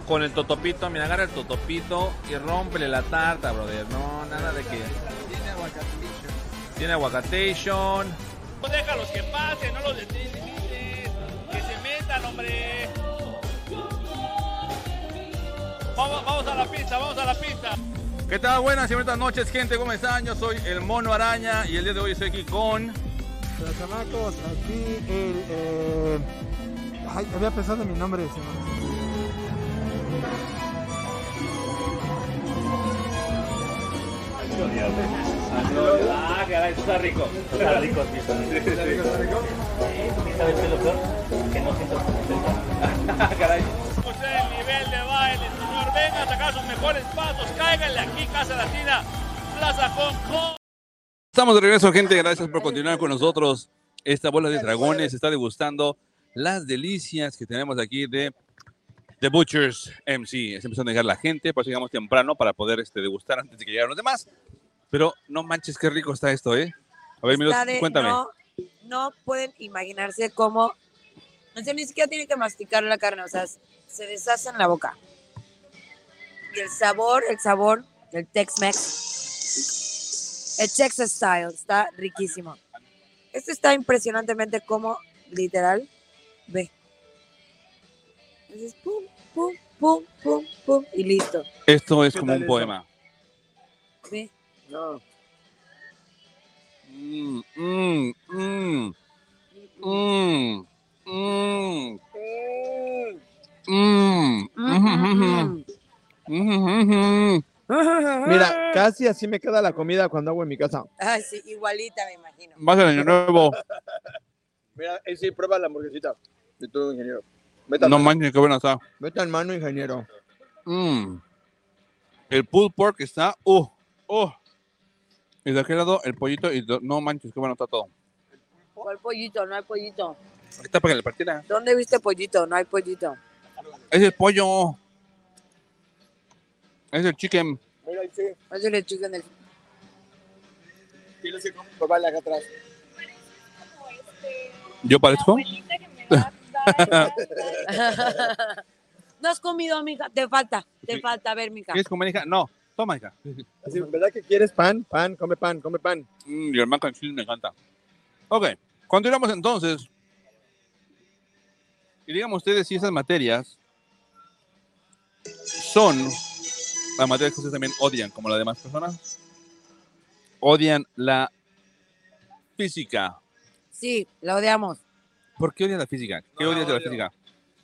con el totopito. Mira, agarra el totopito y rómpele la tarta, brother. No, nada de que. Tiene aguacatation. Tiene aguacatation.
Pues déjalos que pasen, no los limites, Que se metan, hombre. Vamos, vamos a la pista, vamos a la pista.
¿Qué tal? Buenas y buenas noches, gente. ¿Cómo están? Yo soy el Mono Araña y el día de hoy estoy aquí con...
Pero chamacos, aquí el... eh, Ay, había pensado en mi nombre. se me olvidó.
Ah, caray, está rico. Está rico, sí, está rico. ¿Sabes qué es lo peor? Que no siento caray. Usted el nivel de baile, señor. Venga a sacar sus mejores pasos. Cáiganle aquí, Casa Latina, Plaza Hong Kong.
Estamos de regreso, gente. Gracias por continuar con nosotros. Esta bola de dragones está degustando las delicias que tenemos aquí de The Butchers MC. Se empezó a dejar la gente, por eso llegamos temprano para poder este, degustar antes de que llegaran los demás. Pero no manches, qué rico está esto, ¿eh? A ver, Milos,
Está de-
cuéntame.
No, no pueden imaginarse cómo. O sea, ni siquiera tienen que masticar la carne, o sea, s- se deshace en la boca. Y el sabor, el sabor, el Tex-Mex. El Texas Style, está riquísimo. Este está impresionantemente como, literal, ve. Entonces, pum, pum, pum, pum, pum. y listo.
Esto es
¿Qué
como
tal
un
eso?
poema.
¿Sí?
No.
Mm, mm, mm, mm, mm, mm, mm, mm, mm.
Mira, casi así me queda la comida cuando hago en mi casa.
Ay, sí, igualita me imagino.
Más el año nuevo.
Mira, ahí sí, prueba la hamburguesita de todo ingeniero.
No manches, qué buena está.
Vete al mano, ingeniero.
Mm. El pulled pork está. Uh, uh. Y de aquel lado, el pollito. Y do- no manches, qué bueno está todo.
¿Cuál pollito? No hay pollito.
Está para que le partiera.
¿Dónde viste pollito? No hay pollito.
Es el pollo. Es el chicken.
Mira, ahí sí.
Eso le chico en el...
Tienes que probarla acá atrás.
¿Yo parezco?
No has comido, mija. Te falta, te
Sí.
falta. A ver, mija.
¿Quieres comer, hija? No, toma, hija.
Así, ¿Verdad que quieres pan? Pan, come pan, come pan.
Mm, y el mac and cheese me encanta. Ok, continuamos entonces. Y díganme ustedes si esas materias son las materias que ustedes también odian, como las demás personas. Odian la física.
Sí, la odiamos.
¿Por qué odian la física? ¿Qué
No,
odias de la
odio.
física?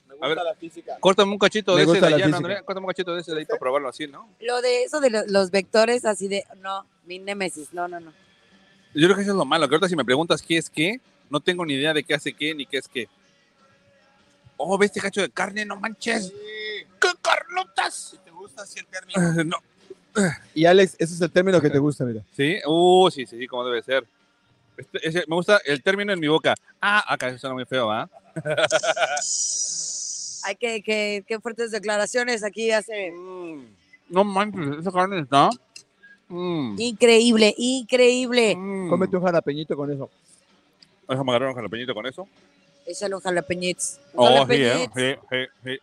Me
A ver.
la física.
Córtame un cachito de
Me
ese de
gusta la
allá, ¿no,
física.
Andrea? Córtame un cachito de ese de ahí para probarlo así, ¿no?
Lo de eso de lo- los vectores así de... No, mi némesis. No, no, no.
Yo creo que eso es lo malo, que ahorita si me preguntas qué es qué, no tengo ni idea de qué hace qué ni qué es qué. Oh, ¿ves este cacho de carne? No manches. ¡Qué carnotas! ¿Te gusta así el carne? No.
Y Alex, ese es el término que te gusta, mira.
Sí, uh, sí, sí, sí, como debe ser. Este- ese- me gusta el término en mi boca. Ah, acá eso suena muy feo, ¿va?
Hay que, que, qué fuertes declaraciones aquí hace.
No manches, esa carne está. Mm.
Increíble, increíble.
Mm.
Cómete un jalapeñito con eso.
Déjame agarrar un jalapeñito con eso.
Échale un jalapeñitz. Un
Oh, sí,
jalapeñitz.
eh, sí, sí, sí.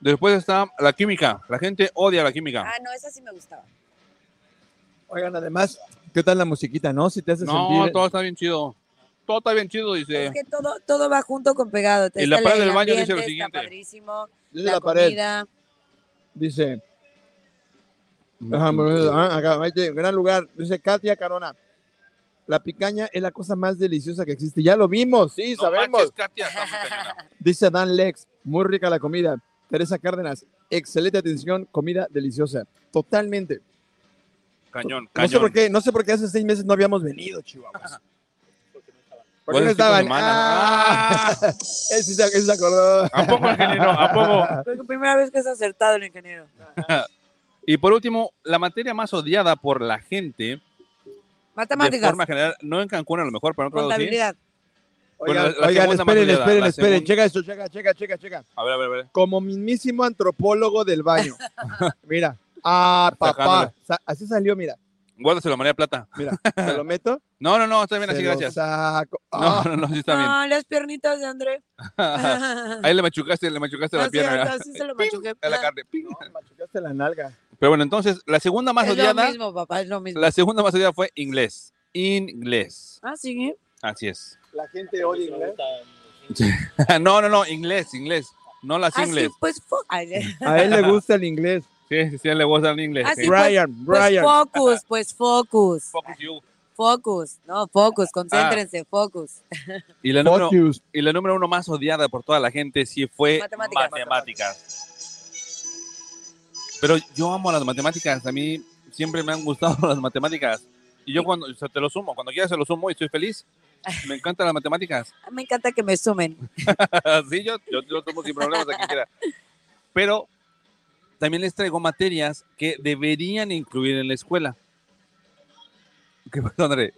Después está la química. La gente odia la química.
Ah, no, esa sí me gustaba.
Oigan, además, ¿qué tal la musiquita, no? Si te hace
No,
sentir...
todo está bien chido. Todo está bien chido,
Es
dice.
que todo, todo va junto con pegado.
Y la
Está
pared del
el
baño dice lo
ambiente, está
siguiente.
padrísimo,
Dice
la,
la, pared,
comida.
dice...
Mm.
Ajá, bueno, ah, acá, ahí te- gran lugar. Dice Katia Carona. La picaña es la cosa más deliciosa que existe. Ya lo vimos, sí,
No
sabemos.
manches, Katia, está muy cañona.
Dice Dan Lex, muy rica la comida. Teresa Cárdenas, excelente atención, comida deliciosa. Totalmente.
Cañón,
No sé,
cañón.
por qué, no sé por qué hace seis meses no habíamos venido, Chihuahuas. ¿Por qué
Pues
no
es que con
estaban?
humana.
Ah, él sí se, él se acordó.
¿A poco, ingeniero? ¿A poco?
Creo que primera vez que es acertado el ingeniero.
Y por último, la materia más odiada por la gente, de
Matemáticas,
forma general, no en Cancún a lo mejor, pero en otros lados sí.
contabilidad.
Bueno,
Oigan,
la- la
oigan,
segunda más
esperen,
goleada,
esperen,
la
esperen.
segunda.
Checa esto, checa, checa, checa, checa.
A ver, a ver, a ver.
Como mismísimo antropólogo del baño. Mira. Ah, papá.
Sacándole.
Sa- así salió, mira.
Guárdaselo, María Plata.
Mira, se lo meto.
No, no, no, está bien
se
así,
lo
gracias.
saco.
No,
Ah,
no, no, sí está bien.
No, las piernitas de André.
Ahí le machucaste, le machucaste la
Ah. No, sí,
pierna.
así se lo
Pim,
machuqué. Ah,
a la carne. Pim.
no, machucaste la nalga.
Pero bueno, entonces, la segunda más
es lo
odiada,
mismo, papá, es lo mismo.
la segunda más odiada fue inglés. Inglés.
Ah, sí.
Así es.
La gente odia inglés.
no, no, no, inglés, inglés. No las
Así
inglés.
pues, fo- ay, eh.
A él le gusta el inglés.
Sí, sí, sí, le gusta el inglés.
Ah,
sí.
sí,
Brian,
pues
Brian.
focus, pues focus,
Focus you.
focus, no,
Ah.
focus, concéntrense, focus.
Y la, número,
Focus.
y la número uno más odiada por toda la gente sí fue
Matemáticas.
matemáticas. Pero yo amo las matemáticas. A mí siempre me han gustado las matemáticas. Y yo cuando, o sea, te lo sumo, cuando quieras se lo sumo y estoy feliz. Me encantan las matemáticas.
Ah, Me encanta que me sumen.
sí, yo, yo, yo lo tomo sin problemas a quien quiera. Pero también les traigo materias que deberían incluir en la escuela. ¿Qué pasó, André?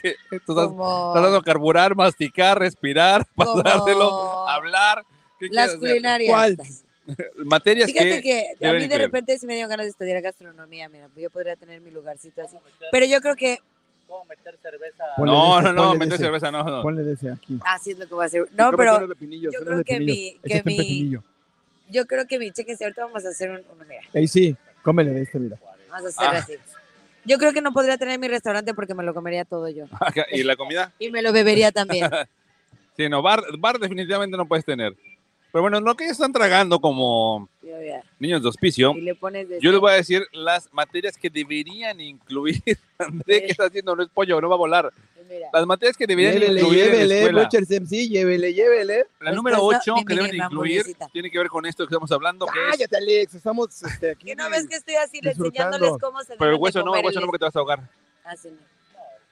¿Qué? ¿Tú estás,
Como
estás dando a carburar, masticar, respirar,
Como-
pasárselo, hablar? ¿Qué
las
quieres hacer?
culinarias.
¿Cuál?
Materias
Fíjate
que...
que, a
deben
mí de
incluir.
repente sí me dio ganas de estudiar gastronomía, mira, yo podría tener mi lugarcito así. Pero yo creo que
¿Cómo meter cerveza?
Ponle
No,
de
no,
ese,
no,
ponle de
meter
ese.
cerveza, no, no.
Ponle de ese aquí.
así es lo que voy a hacer.
Y
No,
cómete
pero
unos de pinillos,
yo
unos
creo
de
que
pinillos.
mi-
Échate
que
un
mi-
pepinillo.
yo creo que mi chequense, ahorita vamos a hacer un, uno, mira,
Ahí sí, cómele de este, mira.
vamos a hacer
Ah.
así. Yo creo que no podría tener mi restaurante porque me lo comería todo yo.
Ajá, ¿Y la comida?
Y me lo bebería también.
Sí, no, bar, bar definitivamente no puedes tener. Pero bueno, lo que ellos están tragando como
Yo ya. ver.
niños de hospicio.
Y le pones de
Yo les voy a decir las materias que deberían incluir. André, ¿qué está haciendo? No es pollo, no va a volar.
este, Mira.
Las materias que deberían
Llévele,
incluir en la
llévele,
escuela.
Butcher MC, llévele, llévele.
La
Pues
número
por eso,
8
mi
que
mini
deben incluir
hamburguesita.
tiene que ver con esto que estamos hablando, que es
Cállate, Alex, estamos este, aquí.
¿Que no ves que estoy así
Disfrutando.
enseñándoles cómo se
Pero el
deben de
hueso no, el
comer
hueso no porque te vas a ahogar.
Ah, sí, no.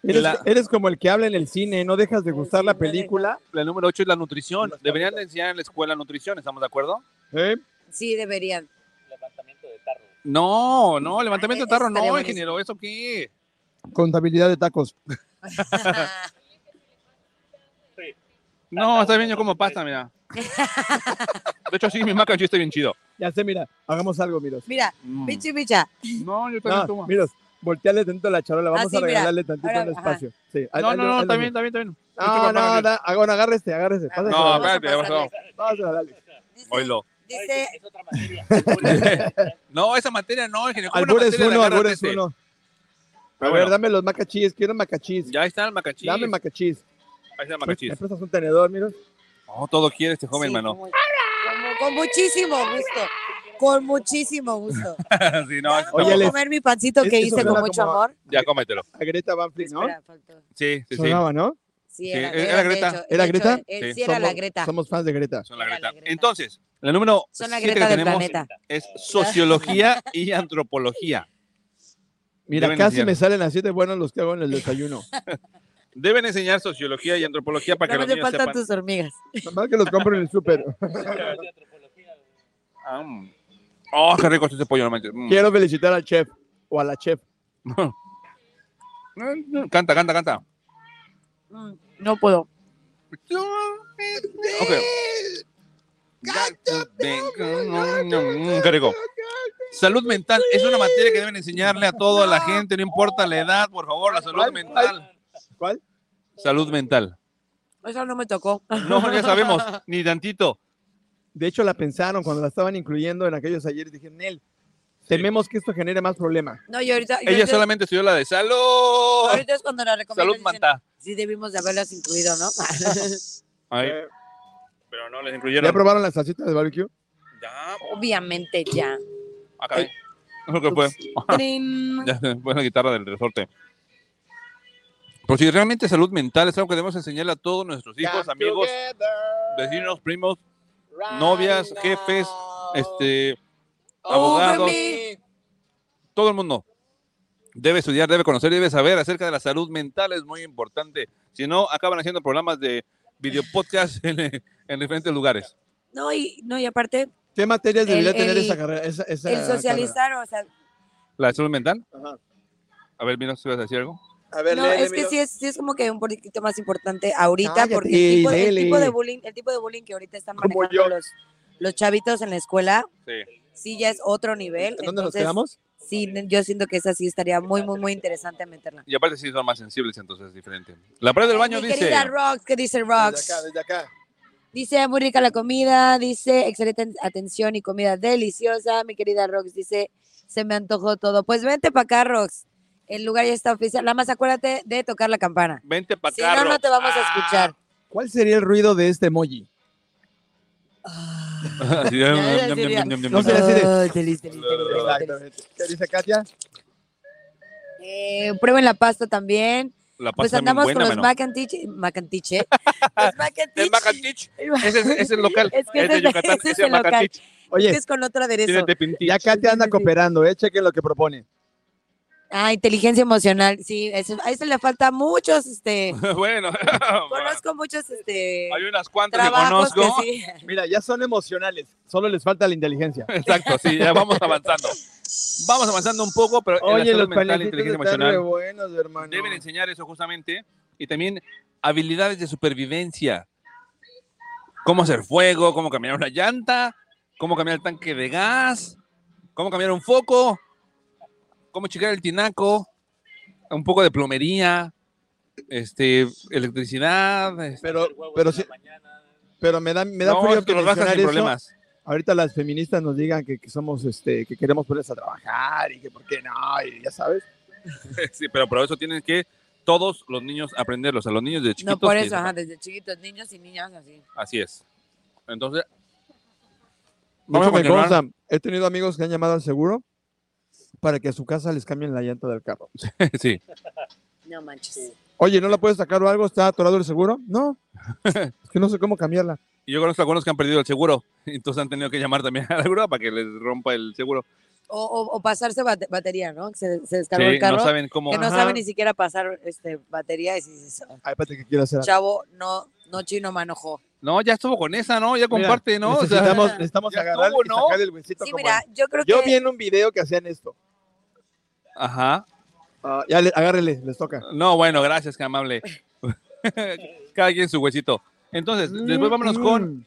Eres,
la-
eres como el que habla en el cine, no dejas de gustar la película.
La número 8 es la nutrición.
Las
Deberían de
papitas.
enseñar en la escuela nutrición, ¿estamos de acuerdo?
¿eh?
Sí, deberían.
Levantamiento de tarro.
No, no, levantamiento de
Eso
tarro,
estaría
no,
buenísimo.
ingeniero, ¿eso qué?
Contabilidad de tacos.
No, está bien, yo como pasta, mira. De hecho, sí, mi maca yo estoy bien chido.
Ya sé, mira, hagamos algo, miros.
Mira,
Mm.
pichi picha.
No, yo también
No,
tomo.
miros, volteale tantito la charola, vamos
Así,
a
mira.
regalarle tantito
Ahora,
un
ajá.
espacio. Sí, ahí-
No, no,
ahí lo-
no,
ahí lo-
está bien, está bien, está bien.
No, no, da- agón, agárrese, agárrese. Pásaselo
No,
a
Vamos a
espérate, vamos
pasarle.
a-
Pásaselo a Alex.
Dice,
Oílo.
dice
Es otra materia.
No, esa materia no, ingeniero. ¿cómo una
Albures
materia le
uno,
agarras
albures
ese?
uno.
Ah,
A ver,
bueno.
dame los macachis, quiero macachis.
Ya está el macachis.
Dame macachis.
Ahí está el
¿Me
macachis.
prestas un tenedor, miros?
No, todo quiere este joven,
sí,
mano.
como- como- con muchísimo gusto. Con muchísimo gusto.
Sí, no, Este
Voy
Oye,
a
Les-
comer mi pancito
es-
que
eso
hice con
suena
mucho
como-
amor.
ya cómetelo.
A Greta Van Fleet, ¿no?
Espera, faltó.
Sí, sí, sí.
Sonaba, ¿no?
Sí, era,
Sí, era
de
Greta.
hecho,
¿Era
de hecho,
Greta?
eh,
Sí.
Sí, era la
Somos-
Greta.
Somos fans de Greta.
Son la
Era la
Greta.
Greta.
Entonces, la número
Son la
7 que
Greta del
tenemos
planeta.
es sociología y antropología.
Mira,
Deben
casi
enseñar.
me salen las siete buenos los que hago en el desayuno.
Deben enseñar sociología y antropología para que
no
los
te
niños
faltan
sepan.
tus hormigas.
Nomás que los compro en el súper.
de antropología.
Ah, mm. Oh, qué rico está ese pollo, no manches. Mm.
Quiero felicitar al chef o a la chef.
Mm, mm, Canta, canta, canta.
Mm, No puedo.
Ok. Mm, Qué rico. Salud mental es una materia que deben enseñarle a toda la gente, no importa la edad, por favor, la salud
¿Cuál?
mental.
¿Cuál?
Salud mental.
Eso no me tocó.
No, ya sabemos, ni tantito.
De hecho, la pensaron cuando la estaban incluyendo en aquellos ayeres. Dije, Nel, tememos que esto genere más problema.
No, yo ahorita. yo
Ella
ahorita-
solamente estudió la de salud.
Ahorita es cuando la recomiendo.
Salud mental.
Sí, debimos de haberlas incluido, ¿no?
Ay,
Eh,
pero no les
¿Ya
incluyeron.
probaron las salsitas de barbecue?
Ya,
Obviamente ya.
ah, caray.
eh.
Creo que fue.
Trin.
Ya, fue la guitarra del resorte. Pero si realmente salud mental es algo que debemos enseñarle a todos nuestros hijos, amigos, vecinos, primos, novias, jefes, este,
Oh,
abogados,
Óveme.
todo el mundo. Debe estudiar, debe conocer, debe saber acerca de la salud mental, es muy importante. Si no, acaban haciendo programas de videopodcast en, en diferentes lugares.
No, y, no, y aparte,
¿Qué materias
El-
debería tener
el-
esa carrera? Esa, esa
el socializar, o sea,
¿La de salud mental?
carrera? Ajá.
A ver, mira, si vas a decir algo.
A ver,
no,
léele,
es que
mira.
sí es, sí es como que un poquito más importante ahorita,
Cállate,
porque el tipo, el
Lele.
tipo de bullying, el tipo de bullying que ahorita están
Como
manejando
yo.
los, los chavitos en la escuela,
Sí.
sí ya es otro nivel.
¿En dónde nos
entonces,
quedamos?
Sí, yo siento que esa sí estaría muy, muy, muy interesante meterla.
Y aparte sí son más sensibles, entonces es diferente. La pared del baño
Mi
dice...
querida Rox, ¿qué dice
Desde
Rox?
acá, desde acá.
Dice, muy rica la comida, dice, excelente an- atención y comida deliciosa. Mi querida Rox dice, se me antojó todo. Pues vente para acá, Rox. El lugar ya está oficial. Nada más acuérdate de tocar la campana.
Vente para
Si
acá.
no, no
Rox.
te vamos a
Ah.
escuchar.
¿Cuál sería el ruido de este emoji?
Así,
Ah,
Ah.
Ya, ya
ñam, ñam,
sería.
ñam, ñam, ñam,
No
ñam.
sería así de-
Ay, feliz, feliz, feliz, feliz, feliz.
Exactamente. ¿Qué dice Katia?
Eh, prueben la pasta también.
La
Pues
pasta bien
andamos
buena,
con los
mano.
mac and teach. Mac and teach, ¿eh? Los mac and
El
teach.
Macantich.
El mac-
Ese es, ese es el local.
Es que
es de
ese es-
Yucatán.
ese es
ese es
el local.
Macantich.
Oye,
es con otro
Tiene
aderezo.
tepintich.
ya Katia anda cooperando, ¿eh? Chequen lo que propone.
Ah, inteligencia emocional. Sí, eso- a eso le falta muchos, este.
bueno,
Conozco muchos, este.
hay unas cuantas que
Trabajos que
conozco.
sí.
Mira, ya son emocionales, solo les falta la inteligencia.
Exacto, sí, ya vamos avanzando. Vamos avanzando un poco, pero en la
Oye,
salud
los
mental,
panecitos
inteligencia
están re
emocional.
buenos, hermano.
Deben enseñar eso justamente. Y también habilidades de supervivencia. Cómo hacer fuego, cómo cambiar una llanta, cómo cambiar el tanque de gas, cómo cambiar un foco, cómo checar el tinaco, un poco de plomería, este, electricidad. este-
Pero, pero, sí- pero me da, me da
No,
frío
es que los gastas
mencionar
sin
eso.
problemas.
Ahorita las feministas nos digan que, que somos, este, que queremos ponerles a trabajar y que por qué no, y ya sabes.
Sí, pero por eso tienen que todos los niños aprenderlos. A los niños de chiquitos.
No, por
sí,
eso, ajá, desde chiquitos, niños y niñas así.
Así es. Entonces,
De
Vamos
hecho,
a
me
continuar.
consta, he tenido amigos que han llamado al seguro para que a su casa les cambien la llanta del carro.
sí.
No manches.
Oye, ¿no la puedes sacar o algo? ¿Está atorado el seguro? No. Es que no sé cómo cambiarla.
Y yo conozco algunos que han perdido el seguro, entonces han tenido que llamar también a la grúa para que les rompa el seguro.
O, o- o pasarse bate- batería, ¿no? Que se, se descargó
Sí,
el carro.
no saben cómo.
que no
Ajá.
saben ni siquiera pasar este, batería. Y dices, "Ah,
Ay, espérate, que quiero hacer algo.
chavo, no, no chino manojó.
No, ya estuvo con esa, ¿no? Ya comparte, ¿no? O sea,
Necesitamos, necesitamos
ya
agarrar
estuvo,
y
¿no?
sacar el huesito
Sí,
como
mira,
es.
yo creo
Yo
que...
vi en un video que hacían esto.
ajá.
Ah, ya, le- agárrele, les toca.
No, bueno, gracias, qué amable. Cada quien su huesito. Entonces, después vámonos con
Mm,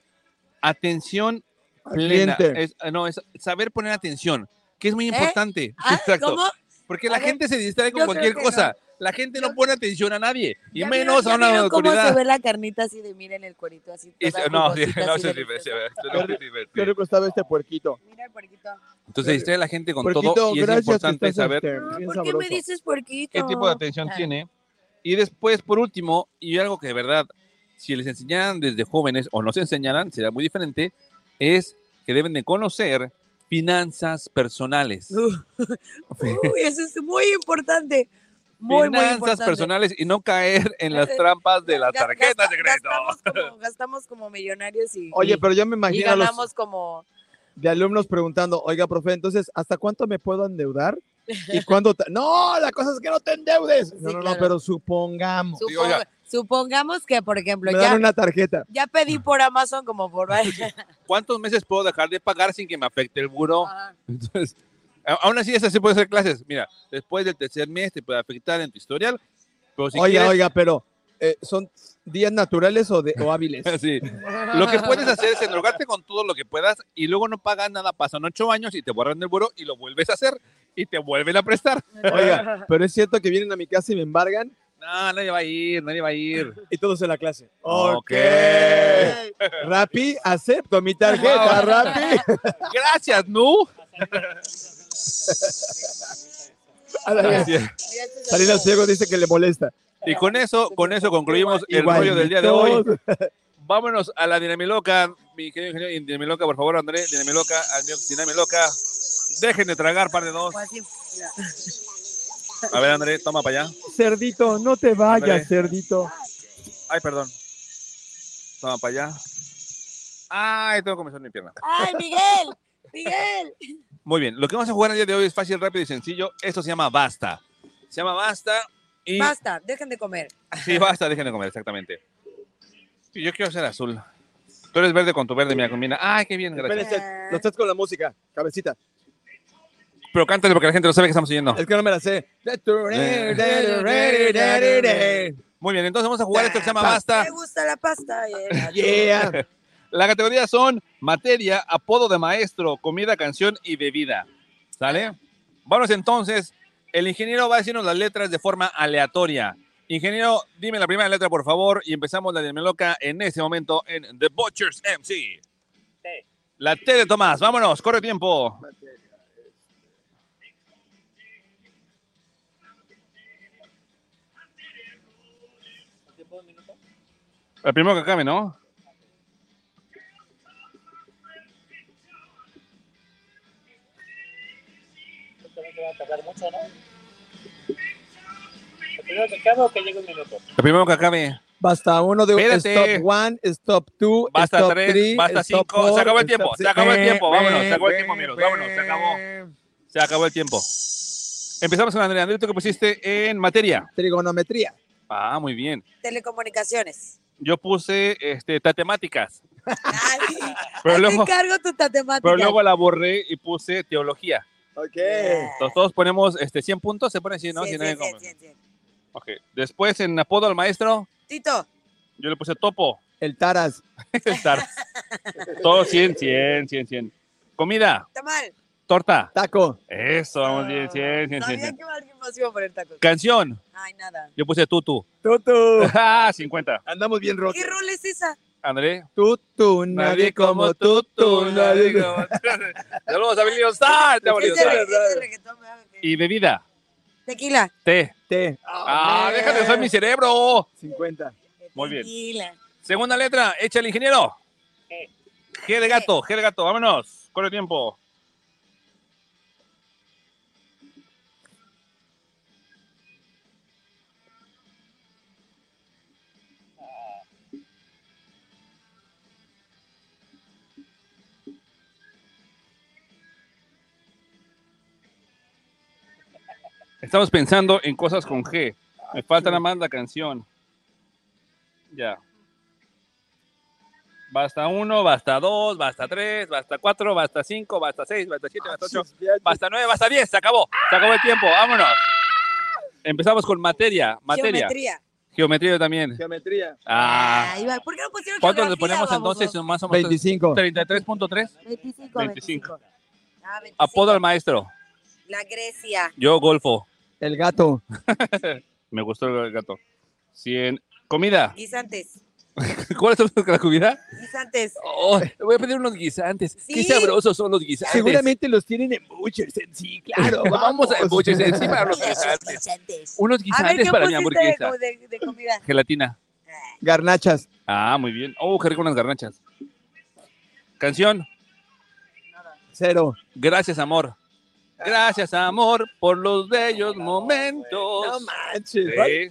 atención
al
plena.
cliente.
Es- no, es saber poner atención, que es muy
¿Eh?
importante.
Ah,
Exacto.
¿Cómo?
Porque
A
la
ver,
gente se distrae con
yo creo
cualquier
que
cosa. La gente no
Yo-
pone atención a nadie, y
¿Ya vieron-
menos
ya
a una
vieron ¿Cómo se
autoridad.
ve la carnita así de miren el cuerito así?
Y
toda
se- no, sí,
jugosita,
no,
así
sí,
de
sí, sí,
deliciosa?
sí, sí, sí,
Qué
sí.
rico estaba este puerquito.
Mira el puerquito.
Entonces distrae a la gente con
puerquito,
todo y es
gracias, que
importante
estás,
saber Ah,
este, bien
"Ah, ¿Por qué me
sabroso.
dices puerquito?
qué tipo de atención
Ah.
tiene. Y después, por último, y algo que de verdad, si les enseñaran desde jóvenes o no se enseñaran, será muy diferente, es que deben de conocer finanzas personales.
Uy, eso es muy importante. Muy, muy
finanzas
importante.
personales y no caer en las trampas de las
Ga-
tarjetas de
gasta-
crédito.
Gastamos como, gastamos como millonarios y,
Oye, pero yo me
y
imagino a los
ganamos como...
de alumnos preguntando, oiga, profe, entonces, ¿hasta cuánto me puedo endeudar? ¿Y cuándo? te-?" No, la cosa es que no te endeudes. No, no,
claro.
no, pero supongamos.
Digo,
suponga-
oiga.
supongamos que, por ejemplo,
Me
ya,
dan una tarjeta.
ya
Ah.
pedí por Amazon como por...
¿Cuántos meses puedo dejar de pagar sin que me afecte el buro?
Ajá.
Entonces, a- aún así, esas se pueden hacer clases. Mira, después del tercer mes te puede afectar en tu historial. Pero si
oiga,
quieres,
oiga, pero eh, ¿son días naturales o, de, o hábiles?
Sí. Lo que puedes hacer es enrogarte con todo lo que puedas y luego no pagas nada, pasan ocho años y te borran del buro y lo vuelves a hacer y te vuelven a prestar.
Oiga, pero es cierto que vienen a mi casa y me embargan
No, nadie va a ir, nadie va a ir.
y todos en la clase.
Ok.
Rappi, acepto mi tarjeta,
Wow.
Rappi.
Gracias, Nu.
A la vez. Salinas Ciego dice que le molesta.
Y con eso, con eso concluimos el
Igual,
rollo del día de hoy.
todos.
Vámonos a la Dinamiloca. Mi querido ingeniero Dinamiloca, por favor, André. Dinamiloca, al mío, Dinamiloca. Dejen de tragar, par de dos.
O así, mira.
A ver, André, toma para allá.
Cerdito, no te vayas,
Ándale.
cerdito.
Ay, perdón. Toma para allá. Ay, tengo comenzar mi pierna.
¡Ay, Miguel! ¡Miguel!
Muy bien, lo que vamos a jugar el día de hoy es fácil, rápido y sencillo. Esto se llama Basta. Se llama Basta y...
Basta, dejen de comer.
Sí, basta, déjenme comer, exactamente. Sí, Yo quiero ser azul. Tú eres verde con tu verde, mira, combina. Ay, qué bien, gracias.
Espérense,
Ah.
no estás con la música, cabecita.
Pero cántale porque la gente no sabe que estamos oyendo.
Es que no me la sé. Eh.
Muy bien, entonces vamos a jugar esto que se llama Basta.
Me gusta la pasta. eh, la-
Yeah.
La categoría son materia, apodo de maestro, comida, canción y bebida. ¿Sale? Vamos entonces. El ingeniero va a decirnos las letras de forma aleatoria. Ingeniero, dime la primera letra, por favor, y empezamos la de Meloca en este momento en The Butchers MC.
T.
La T de Tomás, vámonos, corre tiempo.
¿Tiempo de un minuto?
La primero que acabe, ¿no?
También te va a tardar mucho, ¿no? ¿Lo primero que acaba o que llegue un minuto?
La primero que acabe.
Basta uno de
Espérate.
Stop one, stop two,
Basta
stop
tres,
three,
basta
stop
cinco. Se
four,
acabó el tiempo,
stop
se
six.
acabó el tiempo,
Ve,
vámonos, se acabó el
ve,
tiempo, amigos,
ve.
vámonos, se acabó. Se acabó el tiempo. Empezamos con Andrea. Andrea, ¿tú qué pusiste en materia?
Trigonometría.
Ah, muy bien.
Telecomunicaciones.
Yo puse este, temáticas,
Ay,
pero
ahí te
luego,
encargo tu tatemática.
pero luego la borré y puse teología.
Ok.
Entonces, todos ponemos este, 100 puntos, se pone así, ¿no? Si
Cien,
no hay
cien,
como-
cien, cien, cien.
Ok. Después, en apodo al maestro,
Tito,
yo le puse topo.
El Taras.
Estar. todos 100, 100, 100, 100. Comida,
tamal.
torta.
Taco.
Eso, vamos bien, 100, 100, 100.
Sabía que alguien más iba a poner tacos.
Canción,
Ay, nada.
yo puse tutu.
Tutu.
Ah, 50.
Andamos bien rotos.
¿Qué rol es esa?
André.
Tutu, nadie como tutu, nadie como- Este
Saludos a Billy Star. te amo,
Es
Billy
de
Ozar.
re- es de reggaetón, ¿verdad?
Y bebida,
Tequila.
té.
Te.
Ah, déjate usar mi cerebro.
50.
Muy bien.
Tequila.
Segunda letra, echa el ingeniero.
G.
G de gato, G de gato, vámonos.
Corre tiempo.
Estamos pensando en cosas con G. Me falta nada más la canción. Ya. Basta uno, basta dos, basta tres, basta cuatro, basta cinco, basta seis, basta siete, basta ocho, basta nueve, basta diez. Se acabó. Se acabó el tiempo. Vámonos. Empezamos con materia. Materia.
Geometría.
Geometría también.
Geometría.
Ah.
Ah, iba- ¿Por qué no pusieron
¿Cuántos le
geografía,
ponemos entonces?
babosos?
Más o menos.
25.
33.3.
25,
25.
25. Ah, 25.
Apodo al maestro.
La Grecia.
Yo golfo.
El gato.
Me gustó el gato. 100. Comida.
Guisantes.
¿Cuáles son las- la comida?
Guisantes.
Oh, voy a pedir unos guisantes. Qué
Sí.
sabrosos son los guisantes.
Seguramente los tienen en Butchers. en Sí, claro.
Vamos a buches encima de los guisantes.
Guisantes.
Unos
A ver,
guisantes
¿qué
para mi
pusiste de,
hamburguesa.
co- de, de comida?
Gelatina.
Garnachas.
Ah, muy bien. Oh, qué rico unas garnachas. Canción.
Cero.
Gracias, amor. Gracias, amor, por los bellos momentos.
manches.
Sí.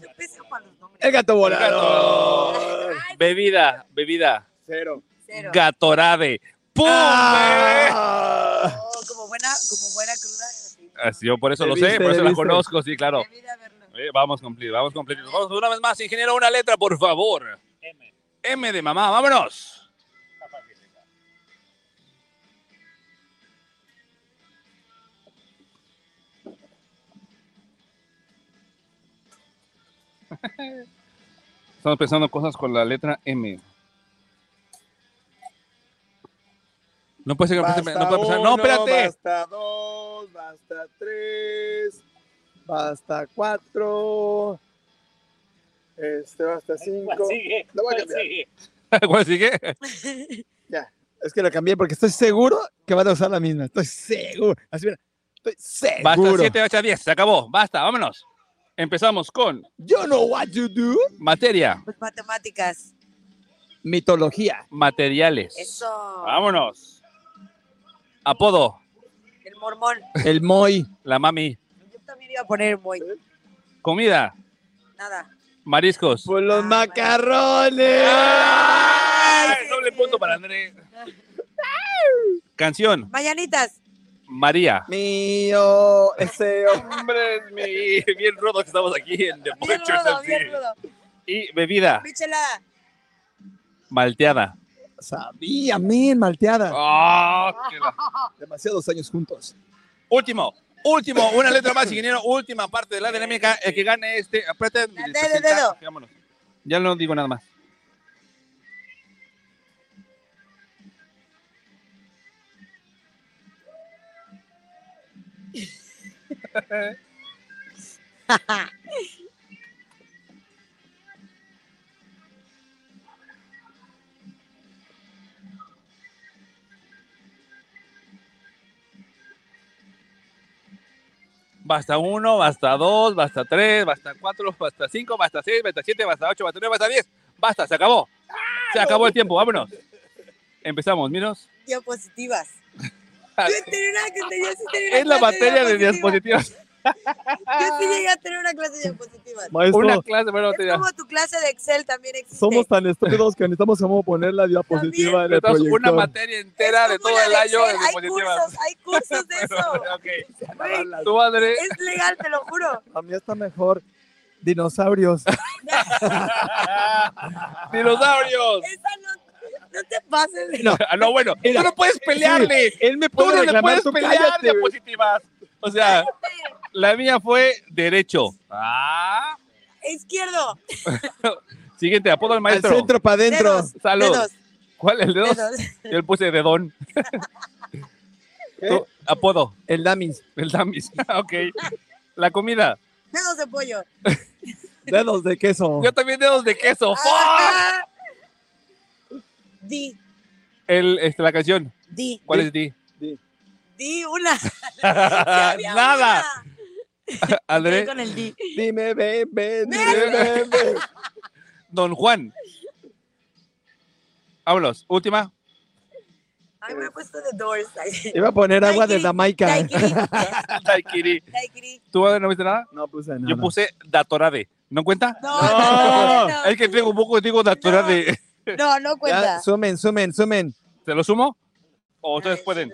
Yo empiezo con los nombres.
El gato volador.
Gato. Bebida, bebida.
Cero.
Cero.
Gatorade. ¡Pum! bebé!
Ah.
Oh, como buena, como buena cruda. así.
Así, Ah, yo por eso
¿Te
lo sé,
viste,
por
te
eso la
viste?
conozco, sí, claro.
Debí de haberlo.
Eh, vamos completo, vamos completo. Vamos una vez más, ingeniero, una letra, por favor.
M.
M de mamá, vámonos.
Está fácil. venga.
Estamos pensando cosas con la letra M. No puede ser que no puede- no puede pensar. No, espérate.
Basta dos, basta tres, basta cuatro, este, basta
¿Cuál
cinco.
sigue?
Lo voy a
¿Cuál
cambiar.
sigue?
¿Cuál sigue?
Es que lo cambié porque estoy seguro que van a usar la misma. Estoy seguro. Así mira, estoy
Basta
seguro.
7, 8, 10. Se acabó. Basta, vámonos. Empezamos con
Yo no what you do.
materia,
Pues matemáticas.
Mitología.
materiales.
Eso.
Ah. Vámonos. Apodo,
El mormón.
El Moy.
la mami.
Yo también iba a poner muy.
Comida,
Nada.
mariscos.
Por Pues los
Ah,
macarrones.
¡Ay!
sí,
Doble
sí.
punto para André. Canción,
Mañanitas.
María.
Mío, ese
Hombre, es mi- bien rodo que estamos aquí en The
Bien
Pochers,
rudo,
así.
bien rudo.
Y bebida,
Michelada.
malteada.
sabía, men, malteada.
Ah, qué la-
Demasiados años juntos.
Último, último, una letra más, ingeniero. Última parte de la dinámica. El que gane este, aprieta.
La dedo, dedo.
Vámonos. Ya no digo nada más. Basta uno, basta dos, basta tres, basta cuatro, basta cinco, basta seis, basta siete, basta ocho, basta nueve, basta diez. Basta, se acabó. Se acabó el tiempo, vámonos. Empezamos, miros.
Diapositivas. Yo tenía una, yo sí tenía una
Ah, Es la
clase
materia de
diapositivas.
diapositivas.
Yo sí llegué a tener una clase de diapositivas.
Maestro,
Una clase, bueno,
Es
te-
como tu clase de Excel también existe.
somos tan estúpidos que necesitamos cómo poner la diapositiva en el
necesitamos
proyector.
una materia
Es
entera de
como
todo
la
el año de
Excel, Hay
diapositivas.
cursos, hay cursos de eso.
Ok.
Güey,
Tu madre.
es legal, te lo juro.
A mí está mejor. Dinosaurios.
Dinosaurios.
Esa no, no te pases.
No.
Ah, no, bueno, tú no puedes pelearle.
Él me
Tú
puede
no le
reclamar,
puedes
tú
pelear
cállate, güey.
diapositivas. O sea, la mía fue derecho. Ah.
Izquierdo.
Siguiente, apodo al
Al
maestro.
centro, para adentro.
Dedos.
Salud.
Dedos.
¿Cuál? ¿El dedo?
Dedos.
Yo le puse dedón. Tú, Apodo.
El Damis.
El damis. Ah, ok. La comida.
Dedos de pollo.
Dedos de queso.
Yo también dedos de queso. ¡Fuck!
Ah. Di,
El, este, la canción.
di,
¿Cuál es ti?
di una. Sí había
Nada.
una.
André.
Estoy Con el di.
Dime, ven, ven,
Ven.
ven, ven.
Don Juan. Vámonos. Última.
Ay, me he puesto The Doors.
Iba a poner agua de
Daiquiri,
Jamaica.
Daiquiri,
Daiquiri.
daiquiri.
¿Tú Adri, no viste nada?
No puse nada.
Yo puse Datorade. ¿No cuenta?
No, no, no,
es que tengo un poco, digo Datorade.
no, no, no
Ya,
cuenta.
sumen, sumen, sumen.
¿Se lo sumo? ¿O ustedes pueden?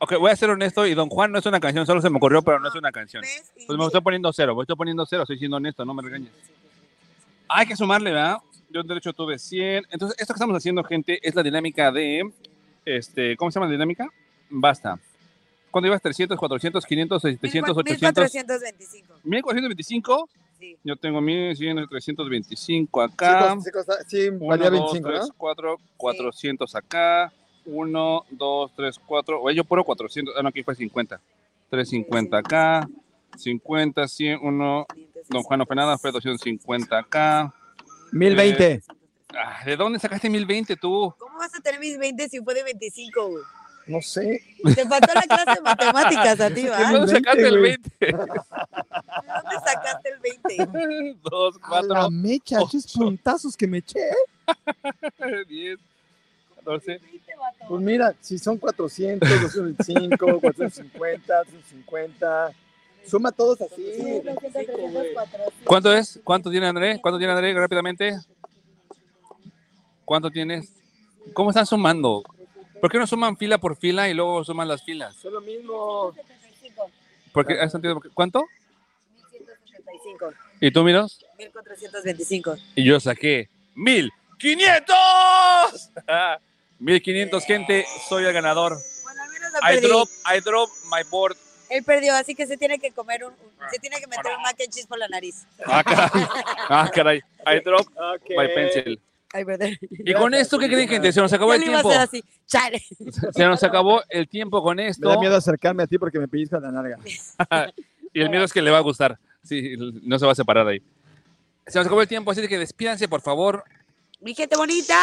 Ok, voy a ser honesto y Don Juan no es una canción, solo se me ocurrió, pero no es una canción.
¿Ves? Y-
Pues me estoy poniendo cero, me estoy poniendo cero, estoy siendo honesto, no me regañes. Hay que sumarle, ¿verdad? Yo en derecho tuve 100. Entonces, esto que estamos haciendo, gente, es la dinámica de, este, ¿cómo se llama la dinámica? Basta. ¿Cuándo ibas? 300, 400, 500, 600, 800,
1425.
1425.
Sí.
Yo tengo 1100, 325 acá.
Sí, costa- ah, sí,
1,
valía
2,
25,
3,
¿no?
4, 400 acá. 1, 2, 3, 4. Oye, yo puro 400. Ah, no, aquí fue 50. 350 acá. 50, 100, 1. Don Juan Ofenada fue 250 acá.
1020.
eh, Ah, ¿De dónde sacaste 1020 tú?
¿Cómo vas a tener mis 20 si fue de 25, güey?
No sé.
Te faltó la clase de matemáticas a ti,
¿De
¿verdad?
dónde
20,
sacaste el
güey.
20?
¿De ¿Dónde sacaste el 20?
2,
A
4,
la mecha,
Oh,
esos puntazos que me eché.
10, 14.
Pues mira, si son 400, 225, 450, 150. Suma todos así.
¿Cuánto es? ¿Cuánto tiene André? ¿Cuánto tiene André? Rápidamente. ¿Cuánto tienes? ¿Cómo están sumando? ¿Por qué no suman fila por fila y luego suman las filas?
Son lo mismo.
Porque, ¿has entendido? ¿Cuánto?
1175.
¿Y tú miras?
1425.
Y yo saqué 1500. Ah, 1500, gente. Soy el ganador.
Bueno, al menos lo
I
perdí.
drop, I drop my board.
Él perdió, así que se tiene que comer un, un- se tiene que meter un mac and cheese por la nariz.
Ah, caray. Ah, caray. I drop
Ok.
my pencil.
Ay, perdón.
Y con esto, ¿qué creen, gente? Se nos acabó
Yo
el
le iba a
tiempo.
hacer así. Chale.
Se nos acabó el tiempo con
Me
esto.
da miedo acercarme a ti porque me pellizca la narga.
Y el miedo es que le va a gustar. Sí, no se va a separar de ahí. Se nos acabó el tiempo, así que despídanse, por favor.
Mi gente bonita.